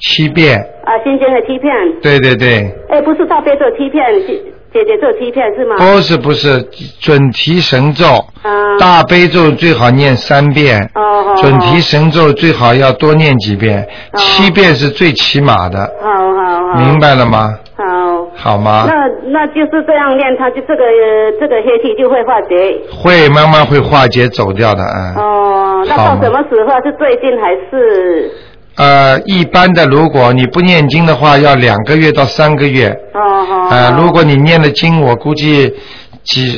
S1: 七遍，
S5: 啊，先生的欺骗，
S1: 对对对，
S5: 哎，不是大悲咒欺骗，姐姐姐这欺骗是吗？
S1: 不是不是准提神咒，
S5: 啊
S1: 哦大悲咒最好念三遍。
S5: 哦哦
S1: 准提神咒最好要多念几遍，
S5: 哦
S1: 七遍是最起码的，
S5: 好好好，
S1: 明白了吗？
S5: 好。
S1: 好吗？
S5: 那那就是这样练，他就这个呃这个黑气就会化解。
S1: 会慢慢会化解走掉的，嗯。
S5: 哦，那
S1: 好
S5: 到
S1: 嘛
S5: 什么时候？是最近还是？
S1: 呃，一般的，如果你不念经的话，要两个月到三个月。
S5: 哦哦。
S1: 呃，如果你念了经，我估计几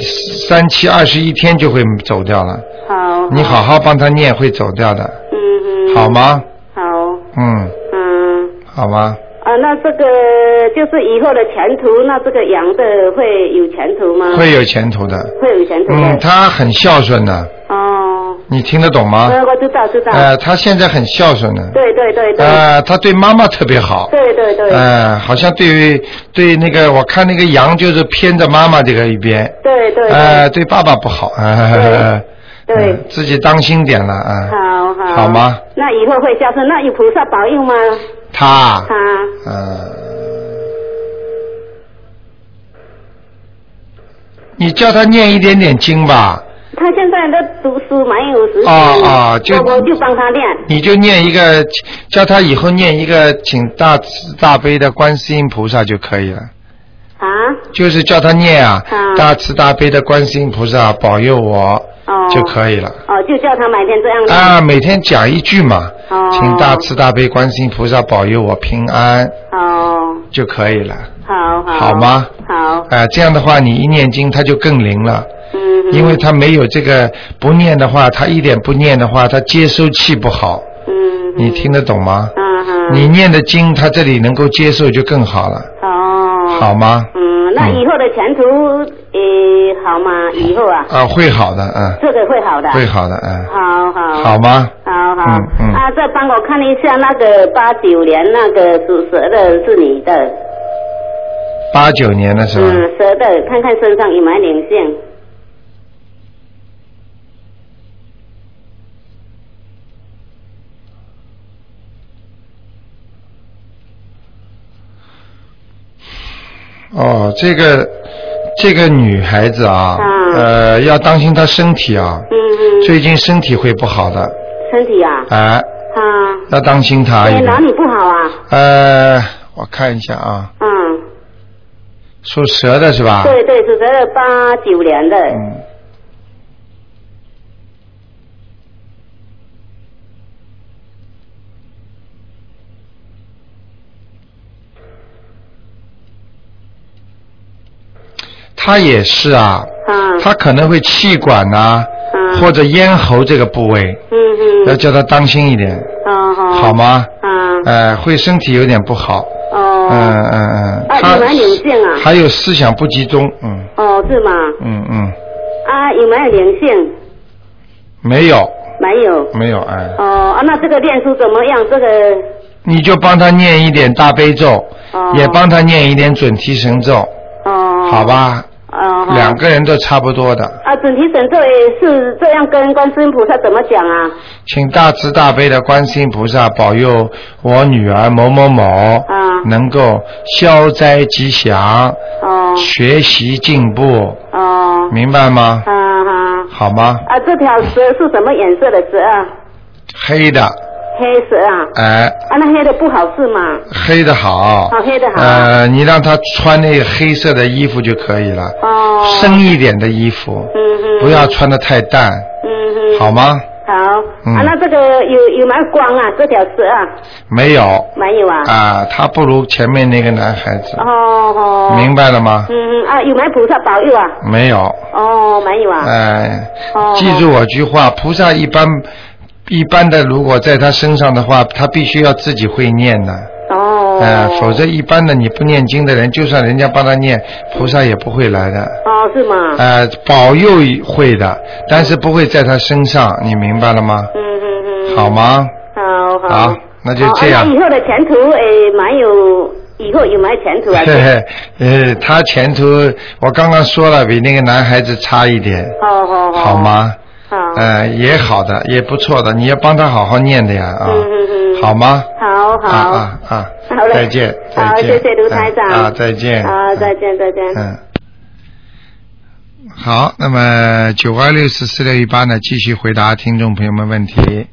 S1: 十三七二十一天就会走掉了。
S5: 好。
S1: 你好。好帮他念，会走掉的，
S5: 嗯嗯。
S1: 好？吗？
S5: 好，
S1: 嗯，
S5: 嗯。
S1: 好吗？
S5: 啊，那这个就是以后的前途，那这个羊的会有前途吗？
S1: 会有前途的。
S5: 会有前途的。
S1: 嗯，他很孝顺的，
S5: 哦，
S1: 你听得懂吗？
S5: 呃我知道知道。
S1: 啊呃，他现在很孝顺的，
S5: 对对对对。
S1: 呃，他对妈妈特别好，
S5: 对对对。
S1: 呃，好像对于对那个我看那个羊就是偏着妈妈这个一边，
S5: 对对
S1: 呃，
S5: 对。
S1: 对爸爸不好，呃，
S5: 对
S1: 呃自己当心点了啊，
S5: 好好。
S1: 好吗？
S5: 那以后会孝顺，那有菩萨保佑吗？
S1: 他啊，
S5: 他。
S1: 呃，你叫他念一点点经吧，
S5: 他现在在读书，没有时间，
S1: 哦哦就
S5: 我我就帮他练。
S1: 你就念一个，叫他以后念一个请大慈大悲的观世音菩萨就可以了。
S5: 啊，
S1: 就是叫他念啊，
S5: 啊
S1: 大慈大悲的观世音菩萨保佑我、
S5: 哦，
S1: 就可以了。
S5: 哦，就叫他每天这样练。
S1: 啊，每天讲一句嘛，
S5: 哦
S1: 请大慈大悲观世音菩萨保佑我平安
S5: 哦，
S1: 就可以了。
S5: 好好。
S1: 好吗？
S5: 好，
S1: 啊，这样的话你一念经他就更灵了，
S5: 嗯。嗯
S1: 因为他没有这个不念的话，他一点不念的话，他接收器不好，
S5: 嗯，嗯
S1: 你听。得懂吗？
S5: 嗯嗯。
S1: 你念的经，他这里能够接受就更好了，
S5: 哦。
S1: 好。吗？
S5: 嗯，那以后的前途，呃，好吗？以后啊，
S1: 啊，会好的，嗯，
S5: 这个会好的。
S1: 会。好的，嗯，
S5: 好好。
S1: 好。吗？
S5: 好好
S1: 嗯嗯
S5: 啊，再帮我看一下那个八九年那个属蛇的是你的，
S1: 八九年的是啊吧？
S5: 嗯，蛇的，看看身上有没有灵性。
S1: 哦，这个这个女孩子啊，
S5: 嗯
S1: 呃，要当心她身体啊，
S5: 嗯嗯。
S1: 最近身体会不好的，
S5: 身体啊，
S1: 哎、
S5: 啊，
S1: 要当心她
S5: 哎，
S1: 一
S5: 哪
S1: 点。
S5: 里不好啊？
S1: 呃，我看一下啊，
S5: 嗯，
S1: 属蛇的是吧？
S5: 对对，是这个八九年的，
S1: 嗯。他也是啊，
S5: 啊，
S1: 他可能会气管啊呐、
S5: 嗯
S1: 或者咽喉这个部位，
S5: 嗯
S1: 要
S5: 嗯，
S1: 叫他当心一点，
S5: 哦好，
S1: 好？吗？
S5: 啊，
S1: 呃，会身体有点不好，嗯
S5: 哦，
S1: 嗯嗯，
S5: 啊
S1: 他
S5: 有没有灵性啊
S1: 还有思想不集中，嗯
S5: 哦是吗？
S1: 嗯嗯，
S5: 啊，有没有灵性？
S1: 没有
S5: 没有。
S1: 没有，哎，
S5: 哦哦，啊，那这个练书怎么样？这个
S1: 你就帮他念一点大悲咒，
S5: 哦
S1: 也帮他念一点准提神咒，
S5: 哦，
S1: 好，吧？
S5: 哦，好
S1: 两个人都差不多的，
S5: 啊，准提神咒也是这样跟观世音菩萨怎么讲啊？
S1: 请大慈大悲的观世音菩萨保佑我女儿某某某
S5: 嗯
S1: 能够消灾吉祥，
S5: 哦
S1: 学习进步，
S5: 哦，
S1: 明白吗？
S5: 啊哈，
S1: 好吗？
S5: 啊，这条蛇是什么颜色的蛇啊？
S1: 黑的，
S5: 黑蛇啊？
S1: 哎、
S5: 啊，那黑的不好是吗？
S1: 黑的好。
S5: 哦黑的好
S1: 呃，你让他穿那个黑色的衣服就可以了，
S5: 哦，
S1: 深一点的衣服，
S5: 嗯哼，
S1: 不要穿的太淡，
S5: 嗯哼，
S1: 好吗？
S5: 好，
S1: 嗯
S5: 啊，那这个有有没有光啊？这条蛇啊，
S1: 没有
S5: 没有啊？
S1: 啊，他不如前面那个男孩子，
S5: 哦哦，
S1: 明白了吗？
S5: 嗯啊，有没有菩萨保佑啊？
S1: 没有，
S5: 哦，没有啊。
S1: 哎、
S5: 哦
S1: 记住我句话，菩萨一般一般的，如果在他身上的话，他必须要自己会念的，
S5: 哦。
S1: 呃，否则一般的你不念经的人，就算人家帮他念，菩萨也不会来的。
S5: 哦，是吗？
S1: 呃，保佑会的，但是不会在他身上，你明白了吗？
S5: 嗯嗯嗯。
S1: 好？吗？
S5: 好好。
S1: 好那就这样
S5: 哦啊那以后的前途诶，蛮有，以后有没有前途啊？
S1: 嘿嘿，呃，他前途我刚刚说了，比那个男孩子差一点，
S5: 哦哦哦。
S1: 好？吗？
S5: 好。
S1: 呃，也好的，也不错的，你要帮他好好念的呀啊
S5: 嗯，嗯嗯。
S1: 好吗？
S5: 好
S1: 啊
S5: 好。
S1: 啊啊！
S5: 好嘞。
S1: 再见，再
S5: 好，
S1: 见，
S5: 谢谢卢台长。
S1: 啊，再见，
S5: 啊，再见，再见。
S1: 嗯。好，那么九二六四四六一八呢，继续回答听众朋友们问题。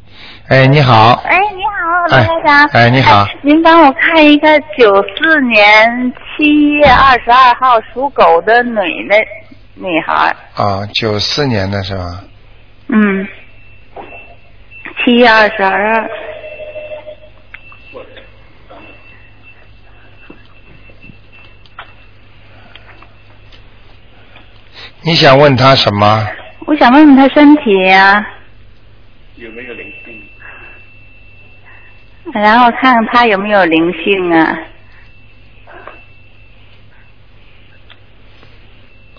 S1: 哎，你好，
S6: 哎，你好，
S1: 哎
S6: 罗台长。
S1: 哎你好
S6: 您帮我看一个九四年七月二十二号属狗的女的女孩。
S1: 啊，九四年的是吧？
S6: 嗯。七月二十二。
S1: 你想问他什么？
S6: 我想问问她身体呀、有没有灵性？然后看看她有没有灵性啊？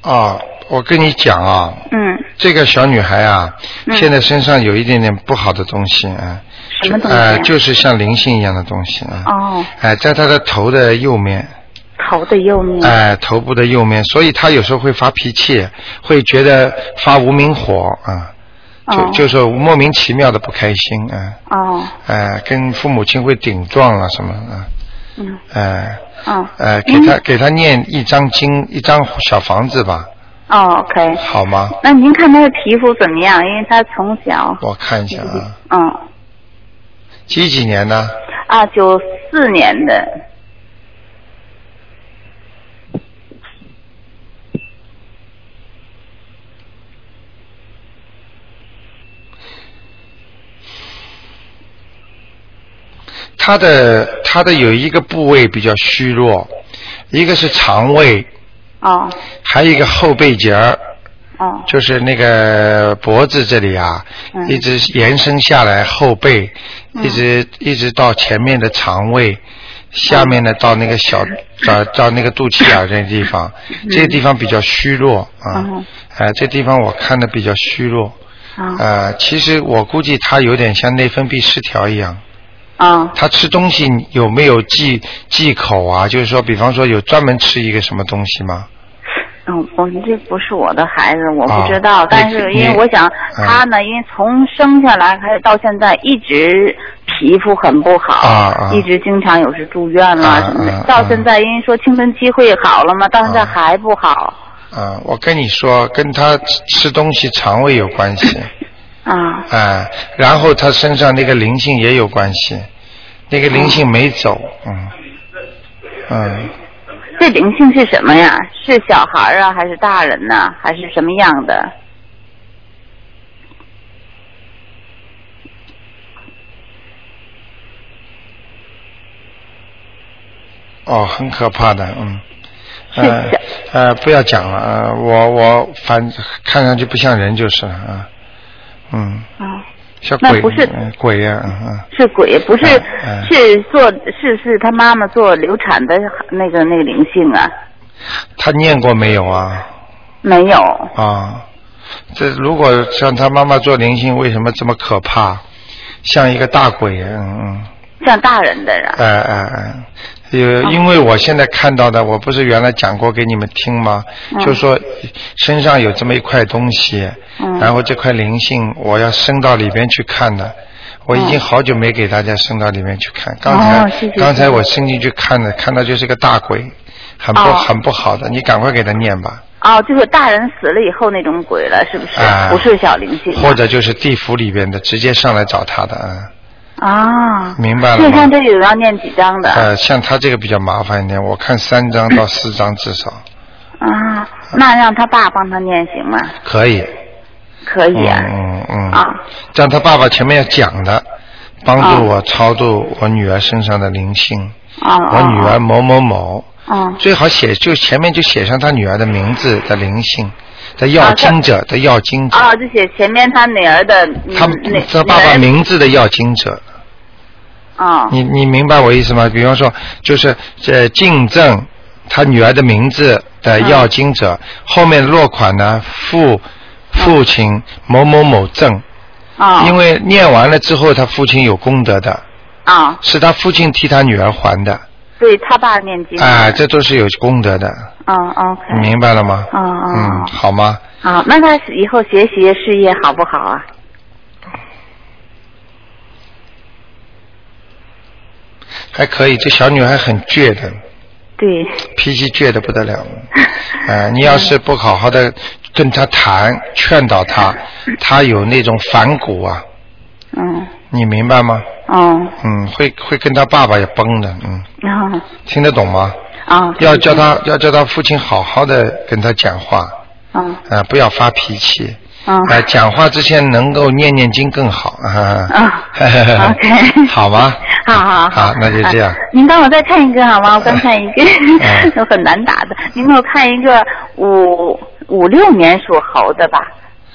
S1: 啊，我跟你讲啊，
S6: 嗯，
S1: 这个小女孩啊，
S6: 嗯
S1: 现在身上有一点点不好的东西啊，
S6: 什么东西、啊
S1: 呃，就是像灵性一样的东西啊，
S6: 哦，
S1: 哎、在她的头的右面，
S6: 头的右面。
S1: 哎、头部的右面，所以她有时候会发脾气，会觉得发无名火啊，就、
S6: 哦
S1: 就是莫名其妙的不开心啊，
S6: 哦，
S1: 哎、跟父母亲会顶撞了什么啊，
S6: 嗯，
S1: 哎、
S6: 哦，
S1: 呃，给他给他念一张经，一张小房子吧，
S6: 哦，OK。
S1: 好吗？
S6: 那您看他的皮肤怎么样？因为他从小，
S1: 我看一下啊，
S6: 嗯，
S1: 几几年呢？
S6: 啊，九四年的，
S1: 他的他的有一个部位比较虚弱，一个是肠胃，
S6: 哦，
S1: 还有一个后背节儿，
S6: 哦，
S1: 就是那个脖子这里啊，
S6: 嗯
S1: 一直延伸下来后背，一直一直到前面的肠胃，下面呢到那个小
S6: 嗯
S1: 到到那个肚脐眼儿这地方，这个地方比较虚弱啊
S6: 嗯，
S1: 哎，这地方我看的比较虚弱，
S6: 哦，
S1: 呃，其实我估计他有点像内分泌失调一样。
S6: 哦，
S1: 他吃东西有没有忌忌口啊？就是说，比方说有专门吃一个什么东西吗？
S6: 嗯，我这不是我的孩子，我
S1: 哦
S6: 不知道，
S1: 你
S6: 但是因为我想
S1: 嗯
S6: 他呢，因为从生下来还到现在一直皮肤很不好，
S1: 啊啊
S6: 一直经常有时住院了、
S1: 啊
S6: 什么的，
S1: 啊
S6: 到现在因为说青春期会好了嘛，到现在
S1: 啊
S6: 还不好，
S1: 啊、我跟你说，跟他吃吃东西肠胃有关系，
S6: 啊，
S1: 啊、然后他身上那个灵性也有关系，那个灵性没走，嗯，嗯，
S6: 这灵性是什么呀？是小孩儿啊，还是大人呢、还是什么样的？
S1: 哦，很可怕的，嗯。
S6: 是
S1: 呃
S6: 小
S1: 呃，不要讲了，呃，我我反看上去不像人就是了啊，嗯，
S6: 啊，
S1: 像
S6: 那
S1: 鬼
S6: 不是
S1: 嗯鬼呀、嗯嗯。
S6: 是鬼，不是、
S1: 嗯嗯
S6: 是做是是他妈妈做流产的那个那个灵性啊，
S1: 他念过没有啊？
S6: 没有
S1: 啊，这如果像他妈妈做灵性，为什么这么可怕？像一个大鬼，嗯嗯，
S6: 像大人的人。
S1: 哎哎哎，有，
S6: 哦
S1: 因为我现在看到的，我不是原来讲过给你们听吗？
S6: 嗯
S1: 就说身上有这么一块东西，
S6: 嗯
S1: 然后这块灵性我要伸到里边去看的。我已经
S6: 嗯
S1: 好久没给大家伸到里面去看，刚才、
S6: 哦谢谢
S1: 刚才
S6: 谢谢
S1: 我伸进去看的，看到就是个大鬼，很不、
S6: 哦
S1: 很不好的，你赶快给他念吧，
S6: 哦，就是大人死了以后那种鬼了，是不是？
S1: 啊
S6: 不是小灵性。
S1: 或者就是地府里边的直接上来找他的啊，
S6: 啊。
S1: 明白了
S6: 就
S1: 吗
S6: 像？这有要念几张的？
S1: 呃，像他这个比较麻烦一点，我看三张到四张至少
S6: 啊，那让他爸帮他念行吗？
S1: 可以，
S6: 可以啊。
S1: 嗯嗯嗯。
S6: 啊，
S1: 像他爸爸前面要讲的，帮助我超度我女儿身上的灵性。
S6: 啊
S1: 我女儿
S6: 啊
S1: 某某某，
S6: 啊
S1: 最好写就前面就写上他女儿的名字的灵性的要经者的要经者，
S6: 啊啊，就写前面他女儿的嗯
S1: 嗯他
S6: 那
S1: 他爸爸
S6: 女儿
S1: 名嗯字的要经者。
S6: 啊
S1: 你你明白我意思吗？比方说，就是这敬赠他女儿的名字的
S6: 嗯
S1: 要经者，后面落款呢父父亲某某某赠，
S6: 啊，
S1: 因为念完了之后，他父亲有功德的。
S6: 啊，
S1: 是他父亲替他女儿还的，
S6: 对他爸念经
S1: 哎，这都是有功德的，
S6: 啊，OK
S1: 你明白了吗？
S6: 哦哦
S1: 嗯，好吗？
S6: 啊，那他以后学习事业好不好啊？
S1: 还可以，这小女孩很倔的，
S6: 对，
S1: 脾气倔的不得 了。哎，你要是不好好的跟她谈，劝导她，她有那种反骨啊，
S6: 嗯，
S1: 你明白吗？
S6: 哦，
S1: 嗯，会会跟她爸爸也崩的，嗯，
S6: 然后
S1: 听得懂吗？
S6: 啊，
S1: 要叫她要叫她父亲好好的跟她讲话，
S6: 啊
S1: 啊、不要发脾气。
S6: 啊
S1: 呃，讲话之前能够念念经更好啊。
S6: 啊，OK，
S1: 好吗？
S6: 好好
S1: 好那就这样
S6: 啊您帮我再看一个好吗？我刚看一个
S1: 嗯，
S6: 我很难打的。您给我看一个五五六年属猴的吧，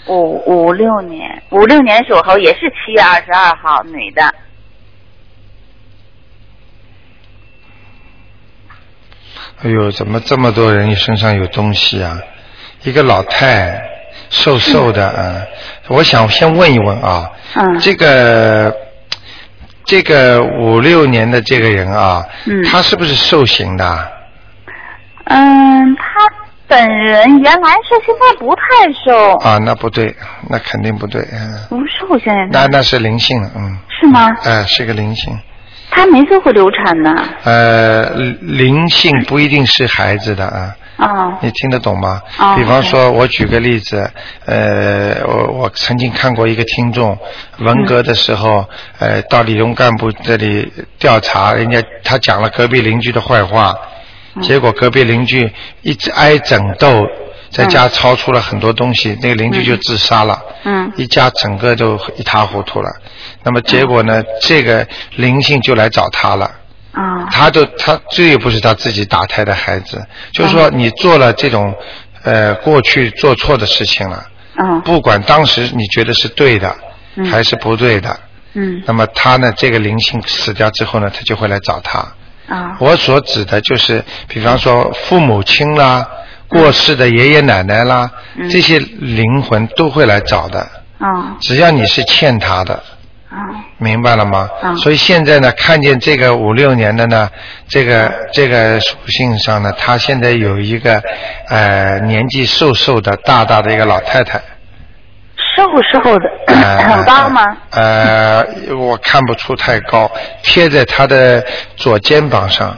S6: 五五六年五六年属猴，也是七月二十二号，女的。
S1: 哎呦，怎么这么多人身上有东西啊？一个老太，瘦瘦的啊。我想先问一问啊，
S6: 嗯
S1: 这个这个五六年的这个人啊，
S6: 嗯
S1: 他是不是瘦型的啊？
S6: 嗯，她本人原来是，现在不太瘦，
S1: 啊，那不对，那肯定不对，嗯，
S6: 不瘦现在
S1: 那那是灵性了，嗯，
S6: 是吗？
S1: 哎、是个灵性，
S6: 她没做过流产呢。
S1: 呃，灵性不一定是孩子的啊。
S6: 啊
S1: 你听得懂吗？
S6: 哦
S1: 比方说，我举个例子，呃，我我曾经看过一个听众，文革的时候，
S6: 嗯
S1: 呃，到理工干部这里调查，人家他讲了隔壁邻居的坏话，
S6: 嗯
S1: 结果隔壁邻居一直挨整斗，在家抄出了很多东西，那个邻居就自杀了。
S6: 嗯
S1: 一家整个就一塌糊涂了，那么结果
S6: 嗯
S1: 呢？这个灵性就来找他了。
S6: 啊
S1: 他都他这又不是他自己打胎的孩子，就是说
S6: 嗯
S1: 你做了这种呃过去做错的事情了，
S6: 啊
S1: 不管当时你觉得是对的
S6: 嗯
S1: 还是不对的，
S6: 嗯
S1: 那么他呢这个灵性死掉之后呢，他就会来找他。
S6: 啊
S1: 我所指的就是，比方说父母亲啦、过世的爷爷奶奶啦，
S6: 嗯
S1: 这些灵魂都会来找的，
S6: 啊
S1: 只要你是欠他的。
S6: 啊
S1: 明白了吗？
S6: 嗯
S1: 所以现在呢，看见这个五六年的呢，这个这个属性上呢，她现在有一个呃年纪瘦瘦的大大的一个老太太，
S6: 瘦瘦的，
S1: 呃、
S6: 很高吗？
S1: 呃，我看不出太高，贴在她的左肩膀上，啊、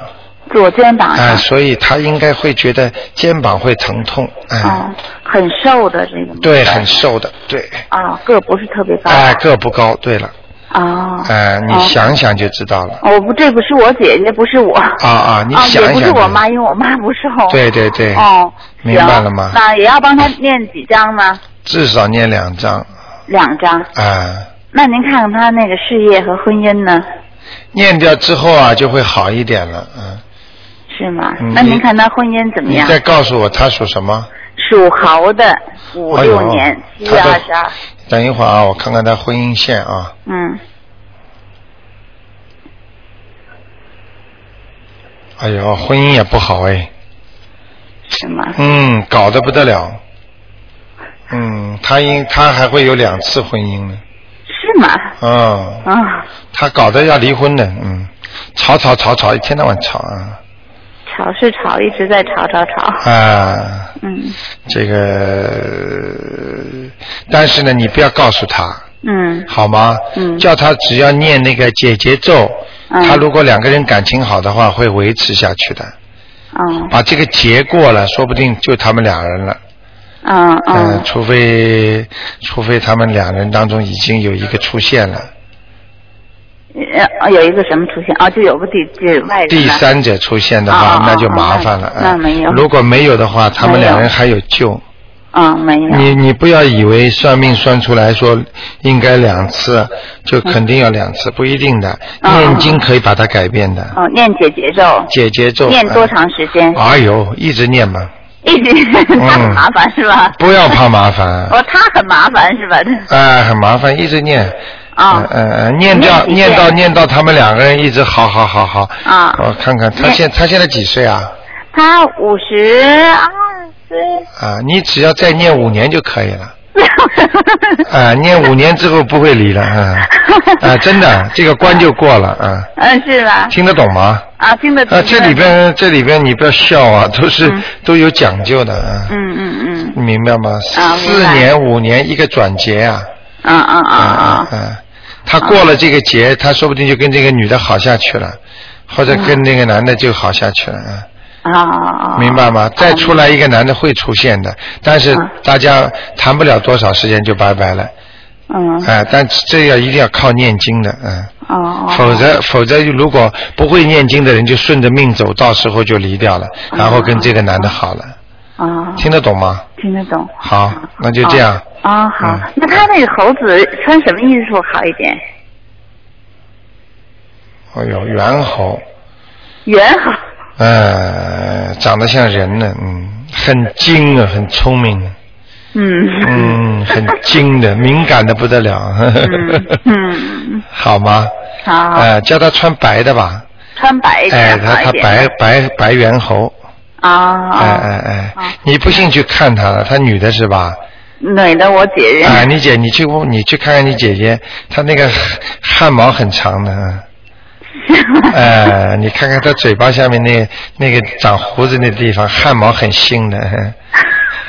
S6: 左肩膀上。
S1: 所以她应该会觉得肩膀会疼痛，哎、
S6: 哦，很瘦的这个吗
S1: 对，很瘦的，对，
S6: 啊、个儿不是特别高。
S1: 哎、个不高，对了，
S6: 哦。
S1: 哎、你
S6: 哦
S1: 想想就知道了，
S6: 我不，这不是我姐姐，不是我。哦
S1: 啊啊，你想
S6: 也
S1: 一
S6: 不是
S1: 想就，
S6: 我妈，因为我妈不瘦。
S1: 对对对，
S6: 哦，
S1: 明白了吗
S6: 行那也要帮她念几张呢？
S1: 至少念两张
S6: 两张。
S1: 啊，
S6: 那您看看她那个事业和婚姻呢？
S1: 念掉之后啊就会好一点了，嗯。
S6: 是吗？
S1: 嗯
S6: 那您看她婚姻怎么
S1: 你
S6: 样？
S1: 再告诉我他属什么？
S6: 属猴的，五
S1: 哎
S6: 六
S1: 呦
S6: 年七
S1: 他
S6: 月
S1: 的
S6: 二十二。
S1: 等一会儿啊，我看看他婚姻线啊，
S6: 嗯，
S1: 哎呦，婚姻也不好哎，
S6: 是吗？
S1: 嗯，搞得不得了，嗯，他应他还会有两次婚姻呢，
S6: 是吗？
S1: 嗯，
S6: 啊、
S1: 他搞得要离婚的，嗯，吵吵吵吵，一天到晚吵啊
S6: 吵是吵，一直在吵吵吵。
S1: 啊，
S6: 嗯
S1: 这个，但是呢，你不要告诉他，
S6: 嗯
S1: 好吗？
S6: 嗯
S1: 叫他只要念那个解结咒，
S6: 嗯
S1: 他如果两个人感情好的话，会维持下去的。
S6: 嗯
S1: 把这个结过了，说不定就他们俩人了。
S6: 嗯
S1: 嗯，
S6: 嗯
S1: 除非除非他们两人当中已经有一个出现了，
S6: 嗯呃，有一个什么出现啊？就有个第第外人。
S1: 第。三者出现的话，
S6: 哦哦
S1: 那就麻
S6: 哦
S1: 烦了。
S6: 那那
S1: 嗯
S6: 没有
S1: 如果没有的话，他们
S6: 没有
S1: 两人还有救。
S6: 嗯，没有。
S1: 你你不要以为算命算出来说应该两次，就肯定要两次，不一定的。
S6: 嗯
S1: 念经可以把它改变的。
S6: 哦，念姐姐咒。
S1: 解结咒。
S6: 念多
S1: 嗯
S6: 长时间？
S1: 哎呦，一直念吧，
S6: 一直 他很麻烦是吧？
S1: 嗯不要怕麻 烦，
S6: 哦，他很麻烦是吧？
S1: 哎，很麻烦，一直念。
S6: 啊、
S1: 嗯嗯嗯，念掉
S6: 念几
S1: 念
S6: 遍
S1: 到念到他们两个人一直好好好好。
S6: 啊
S1: 我看看他
S6: 念
S1: 现他现在几岁啊？
S6: 他五十二 岁。
S1: 啊，你只要再念五年就可以了。啊，念五年之后不会离了，嗯，啊，真的，这个关就过了，啊，
S6: 嗯，是吧？
S1: 听得懂吗？
S6: 啊，听得懂。
S1: 啊，这里边这里边你不要笑啊，都是、
S6: 嗯
S1: 都有讲究的，啊，
S6: 嗯嗯嗯
S1: 明白吗？
S6: 啊明
S1: 四
S6: 白
S1: 年五年一个转节啊，
S6: 嗯嗯嗯嗯，
S1: 嗯，他过了这个
S6: 啊
S1: 节，他说不定就跟这个女的好下去了，或者跟那个男的就好下去了，嗯
S6: 啊，
S1: 明白吗？再出来一个男的会出现的，但是
S6: 啊
S1: 大家谈不了多少时间就拜拜了，
S6: 嗯
S1: 哎、但这要一定要靠念经的，嗯，
S6: 哦，
S1: 否则否则如果不会念经的人就顺着命走，到时候就离掉了，然后跟这个男的好了，
S6: 啊，
S1: 听得懂吗？
S6: 听得懂。
S1: 好，那就这样，
S6: 啊，好，
S1: 嗯
S6: 那他那个猴子穿什么衣服好一点？
S1: 哎呦，猿猴，
S6: 圆好。
S1: 呃，长得像人呢，嗯，很精啊，很聪明啊，
S6: 嗯。
S1: 嗯，很精的，敏感的不得了，呵呵呵
S6: 嗯嗯，
S1: 好吗？
S6: 好，
S1: 呃，叫他穿白的吧，
S6: 穿白一
S1: 哎，
S6: 点
S1: 他
S6: 好
S1: 他
S6: 一点。
S1: 白白白猿猴，
S6: 啊
S1: 哎
S6: 啊，
S1: 哎
S6: 啊
S1: 哎，你不信去看他了，他女的是吧？
S6: 女嗯的我姐姐。
S1: 啊，你姐，你去问，你去看看你姐姐，她那个汗毛很长的，嗯 呃，你看看她嘴巴下面那那个长胡子那地方，汗毛很新的。 嗯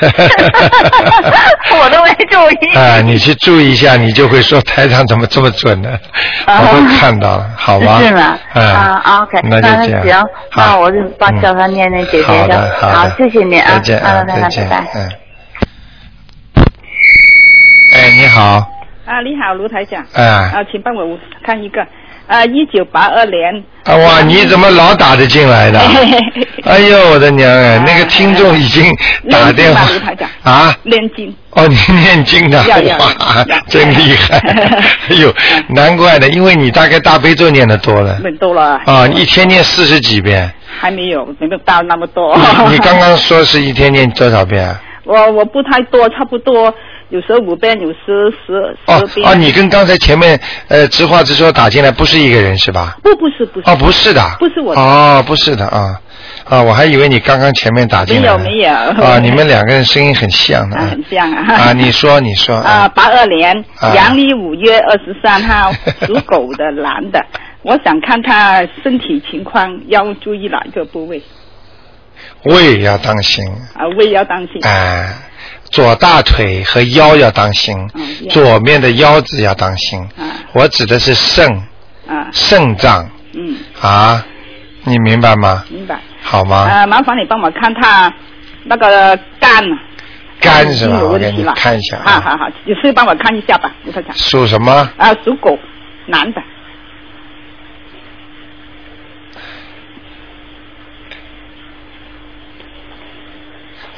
S6: 我都没注意。
S1: 啊，你去注意一下，你就会说台上怎么这么准呢？
S6: 啊
S1: 我都看到了，好吧？
S6: 是吗？
S1: 嗯
S6: 啊啊，OK，
S1: 那就这样。
S6: 行，那
S1: 好
S6: 我就帮
S1: 嗯
S6: 叫他念念姐姐
S1: 好的，
S6: 的。好
S1: 的，
S6: 谢谢你啊，
S1: 再见，
S6: 好
S1: 啊
S6: 的，
S1: 再
S6: 拜
S1: 见，
S6: 拜，拜拜。
S1: 嗯。哎，你好，
S7: 啊，你好，卢台长。
S1: 哎，
S7: 啊，请帮我看一个，啊，一九八二年。
S1: 啊哇，你怎么老打得进来 的？哎呦，我的娘
S7: 啊
S1: 哎，那个听众已经打电话
S7: 念经吧卢台长
S1: 啊。
S7: 念经，
S1: 哦，你念经的，
S7: 要要
S1: 哇
S7: 要，
S1: 真 厉害！哎呦，难怪呢，因为你大概大悲咒念的多了
S7: 念多了，
S1: 啊，一天念四十 几遍。
S7: 还没有没有到那么多。
S1: 你你刚刚说是一天念多少遍啊？
S7: 我我不太多，差不多有时候五遍，有时十
S1: 哦
S7: 十遍。
S1: 哦，你跟刚才前面呃直话直说打进来不是一个人是吧？
S7: 不不是不是
S1: 哦，不是的，
S7: 不是我的
S1: 哦，不是的啊啊，我还以为你刚刚前面打进来了
S7: 没有没有
S1: 啊，你们两个人声音很像的
S7: 啊，很像啊。
S1: 啊，你说你说
S7: 啊，八二年
S1: 啊，
S7: 阳历五月二十三 号，属狗的男的，我想看他身体情况，要注意哪一个部位
S1: 胃要当心，
S7: 啊？胃要当心。
S1: 哎，左大腿和腰要当心，
S7: 嗯腰
S1: 左面的腰子要当心，
S7: 啊
S1: 我指的是肾
S7: 啊，
S1: 肾脏
S7: 嗯，
S1: 啊，你明白吗？
S7: 明白。
S1: 好吗？
S7: 呃，麻烦你帮我看他那个肝，啊
S1: 肝是吧？
S7: 有
S1: 我
S7: 问
S1: 给你
S7: 题吧？
S1: 看一下
S7: 好
S1: 啊
S7: 好好，有事帮我看一下吧，吴科长。
S1: 属什么？
S7: 啊，属狗，男的，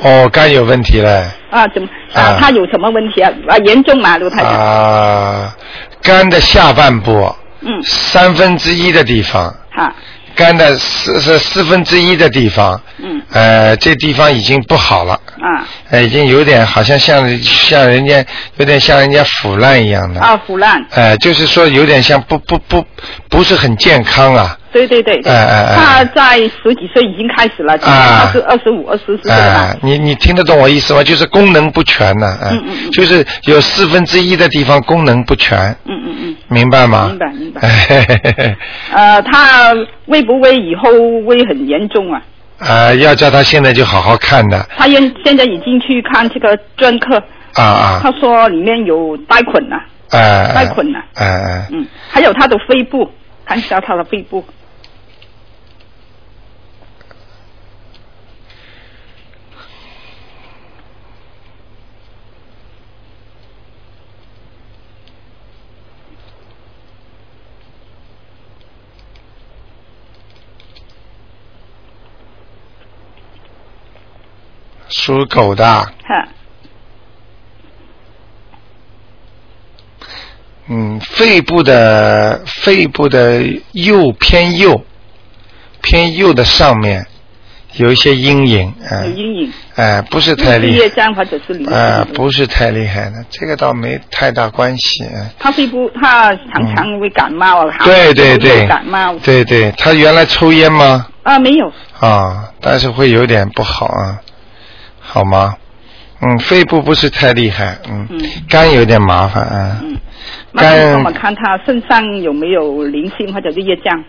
S1: 哦，肝有问题嘞
S7: 啊，怎么
S1: 啊
S7: 啊？他有什么问题啊？啊，严重吗，卢台长？
S1: 啊！肝的下半部
S7: 嗯，
S1: 三分之一的地方，
S7: 好，
S1: 肝的四四四分之一的地方，
S7: 嗯，
S1: 呃，这地方已经不好了，
S7: 啊
S1: 呃，已经有点好像像像人家有点像人家腐烂一样的，
S7: 啊，腐烂，
S1: 呃，就是说有点像不不不不是很健康啊，
S4: 对对对，对
S1: 哎哎哎
S4: 他在十几岁已经开始了，今年
S1: 啊
S4: 他是二十五、二十四岁
S1: 哎
S4: 吧，，
S1: 你你听得懂我意思吗？就是功能不全呐、哎
S4: 嗯嗯嗯
S1: 就是有四分之一的地方功能不全，
S4: 嗯嗯嗯，
S1: 明白吗？
S4: 明白明白
S1: 白。
S4: 呃，他会不会以后会很严重啊？
S1: 啊，要叫他现在就好好看的
S4: 他现现在已经去看这个专科，
S1: 啊啊，
S4: 他说里面有带捆啊，
S1: 哎哎
S4: 带捆啊，
S1: 哎哎，
S4: 嗯，还有他的肺部，看一下他的肺部，
S1: 属狗的，
S4: 哈，
S1: 嗯，肺部的肺部的右偏右偏右的上面有一些阴影，哎、
S4: 有阴影，
S1: 哎、不是太
S4: 是
S1: 厉
S4: 业
S1: 害，
S4: 障或者是灵性
S1: 呃，
S4: 的
S1: 不是太厉害的，这个倒没太大关系，哎
S4: 他肺部他常常会感冒啊，
S1: 对对
S4: 常常会
S1: 对，
S4: 感冒
S1: 对对，他原来抽烟吗？
S4: 啊，没有，
S1: 啊，但是会有点不好啊，好吗？嗯，肺部不是太厉害，嗯，
S4: 嗯
S1: 肝有点麻烦啊。
S4: 嗯，那你
S1: 肝
S4: 帮我看他身上有没有灵性或者是业障，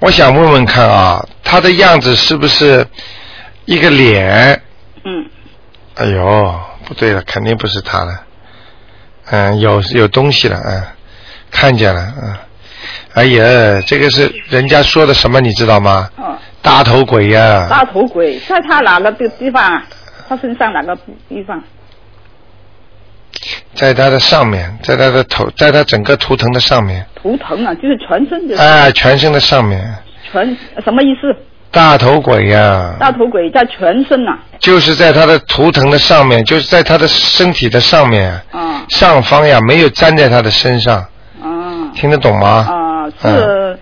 S1: 我想问问看啊，他的样子是不是一个脸？
S4: 嗯，
S1: 哎呦，不对了，肯定不是他了。嗯，有有东西了，嗯，看见了，嗯。哎呀，这个是人家说的什么，你知道吗？
S4: 哦，
S1: 大头鬼呀、
S4: 大头鬼在他哪个地地方啊？他身上哪个地方？
S1: 在他的上面，在他的头，在他整个图腾的上面，
S4: 图腾啊，就是全身的、
S1: 哎，全身的上面，
S4: 全什么意思？
S1: 大头鬼呀、
S4: 大头鬼在全身啊，
S1: 就是在他的图腾的上面，就是在他的身体的上面，
S4: 啊
S1: 上方呀，没有粘在他的身上，
S4: 啊
S1: 听得懂吗？
S4: 啊，是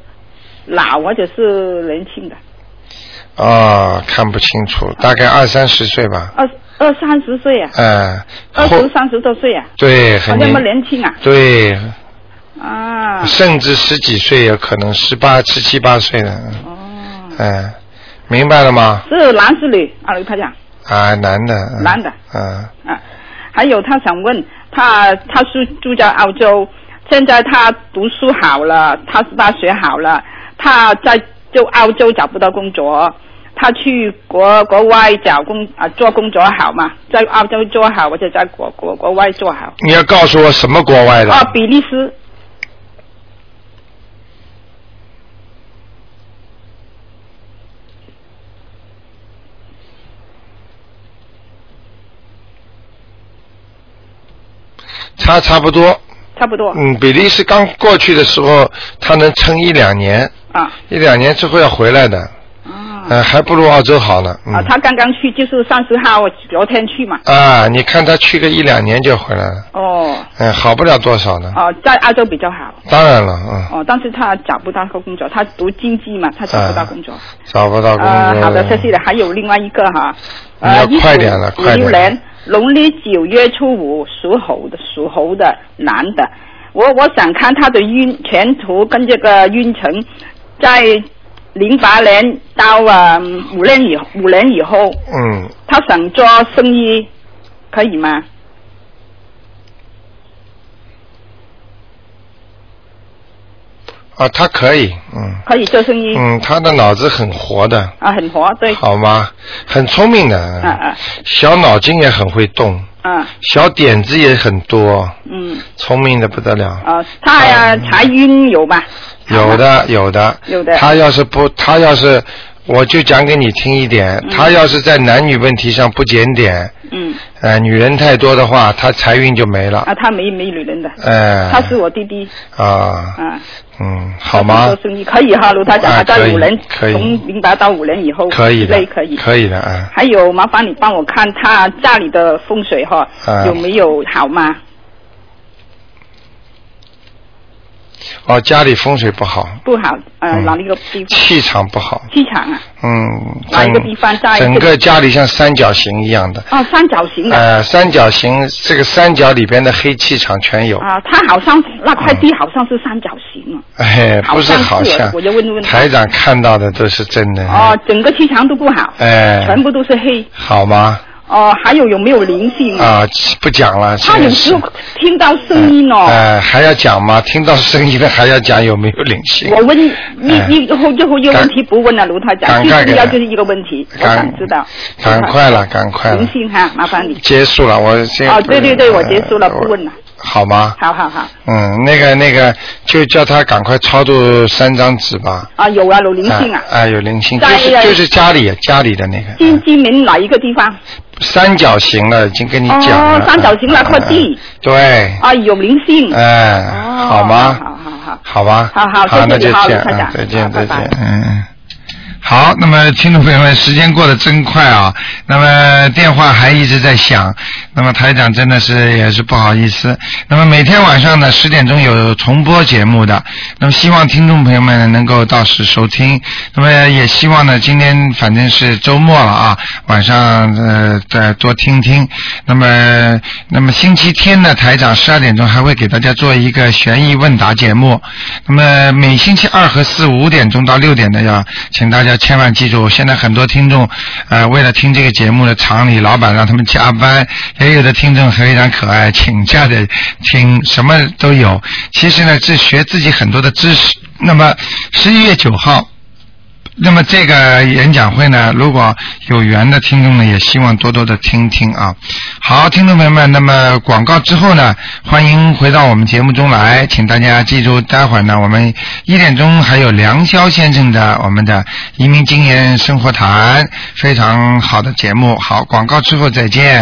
S4: 老或者是年轻的，
S1: 啊、看不清楚，大概二三十岁吧，
S4: 二二三十岁啊，
S1: 嗯、
S4: 二
S1: 后
S4: 十三十多岁啊，
S1: 对，
S4: 好
S1: 很
S4: 像
S1: 年
S4: 么年轻啊，
S1: 对，
S4: 啊，
S1: 甚至十几岁有可能，十八、十七八岁的，嗯、
S4: 哦，
S1: 哎明白了吗？
S4: 是男是女？阿卢他讲。
S1: 啊，男的，嗯
S4: 男的
S1: 嗯。
S4: 啊，还有他想问他，他是住在澳洲，现在他读书好了，他大学好了，他在就澳洲找不到工作，他去国国外找工啊做工作好嘛，在澳洲做好或者在国国国外做好
S1: 你要告诉我什么国外的？
S4: 啊，比利时
S1: 差差不多。
S4: 差不多、
S1: 嗯，比利时刚过去的时候，他能撑一两年，
S4: 啊
S1: 一两年之后要回来的，
S4: 啊
S1: 呃，还不如澳洲好呢。嗯、
S4: 啊，他刚刚去就是三十号昨天去嘛，
S1: 啊，你看他去个一两年就回来了，
S4: 哦
S1: 嗯、好不了多少呢。
S4: 哦、在澳洲比较好。
S1: 当然了，嗯，
S4: 哦，但是他找不到工作，他读经济嘛，他找不
S1: 啊
S4: 到工作。
S1: 找不到工作。
S4: 呃，好的，谢谢了。还有另外一个哈，呃，
S1: 嗯你要快点了快点
S4: 六年农历九月初五，属猴的，属猴的男的，我我想看他的运前途跟这个运程，在零八年到啊五年以五年以后，
S1: 嗯，
S4: 他想做生意，可以吗？
S1: 啊，他可以，嗯，
S4: 可以做生意、
S1: 嗯，他的脑子很活的，
S4: 啊，很活对，
S1: 好吗？很聪明的，嗯
S4: 啊啊
S1: 小脑筋也很会动，
S4: 啊
S1: 小点子也很多，
S4: 嗯
S1: 聪明的不得了。
S4: 啊，他呀、
S1: 嗯
S4: 财运有吧？
S1: 有的，有的，
S4: 有的
S1: 他要是不，他要是，我就讲给你听一点。他要是在男女问题上不检点，
S4: 嗯
S1: 呃，女人太多的话，他财运就没了。
S4: 啊，他没没女人的，
S1: 呃，
S4: 他是我弟弟
S1: 啊，
S4: 啊。
S1: 嗯，好吗
S4: 做？生意可以哈，卢台长，
S1: 啊
S4: 他
S1: 可
S4: 在
S1: 以
S4: 五年，
S1: 可以
S4: 从零八到五年以后
S1: 可以
S4: 之
S1: 的
S4: 内，可以。
S1: 可以的啊。
S4: 还有，麻烦你帮我看他家里的风水哈，
S1: 啊
S4: 有没有好吗？
S1: 哦，家里风水不好，
S4: 不好，呃，
S1: 嗯
S4: 哪一个地方？
S1: 气场不好，
S4: 气场啊，
S1: 嗯，
S4: 哪一个地
S1: 整
S4: 方在？
S1: 整个家里像三角形一样的，
S4: 哦，三角形的
S1: 呃，三角形这个三角里边的黑气场全有，
S4: 啊，它好像那块
S1: 嗯
S4: 地好像是三角形啊。
S1: 哎，不是好
S4: 好像是
S1: 像
S4: 我就问问，他
S1: 台长看到的都是真的，
S4: 哦，整个气场都不好，
S1: 哎，
S4: 全部都是黑。
S1: 好吗？
S4: 哦，还有有没有灵性？
S1: 啊，不讲了，
S4: 嗯他有时候听到声音哦，
S1: 哎、呃还要讲吗？听到声音的还要讲有没有灵性？
S4: 我问一
S1: 哎
S4: 一一后最后一个
S1: 赶
S4: 问题不问了，卢台
S1: 赶快
S4: 长，最
S1: 给
S4: 主要
S1: 他
S4: 就是一个问题，我
S1: 赶哎
S4: 想知道。
S1: 赶快了，赶快了
S4: 灵，性哈，麻烦你。
S1: 结束了，我先。
S4: 哦对对对我结束了
S1: 呃
S4: 不问了。
S1: 我好吗？
S4: 好好好，
S1: 嗯，那个那个，就叫他赶快超度三张纸吧。
S4: 啊有啊有灵性啊
S1: 啊，，哎有灵性，就
S4: 在
S1: 是
S4: 呃
S1: 就是家里家里的那个
S4: 金
S1: 嗯
S4: 金门哪一个地方？
S1: 三角形了，已经跟你讲啊了。
S4: 哦三角形那块地
S1: 嗯。对。
S4: 啊有灵性。
S1: 哎，
S4: 哦
S1: 好吗？
S4: 好好好
S1: 好吧。
S4: 好好
S1: 好，
S4: 谢谢
S1: 那就
S4: 你好
S1: 这样，
S4: 卢台
S1: 嗯
S4: 长
S1: 再见，
S4: 好
S1: 再
S4: 拜
S1: 见
S4: 拜，
S1: 嗯。嗯好，那么听众朋友们，时间过得真快啊！那么电话还一直在响，那么台长真的是也是不好意思。那么每天晚上呢十点钟有重播节目的，那么希望听众朋友们呢能够到时收听。那么也希望呢今天反正是周末了啊，晚上呃再多听听。那么那么星期天呢台长十二点钟还会给大家做一个悬疑问答节目。那么每星期二和四五点钟到六点呢，要请大家千万记住，现在很多听众，呃，为了听这个节目的厂里老板让他们加班，也有的听众非常可爱，请假的请什么都有。其实呢，是学自己很多的知识。那么十一月九号。那么这个演讲会呢，如果有缘的听众呢，也希望多多的听听啊。好，听众朋友们，那么广告之后呢，欢迎回到我们节目中来，请大家记住，待会儿呢，我们一点钟还有梁霄先生的我们的移民经验生活谈，非常好的节目。好，广告之后再见。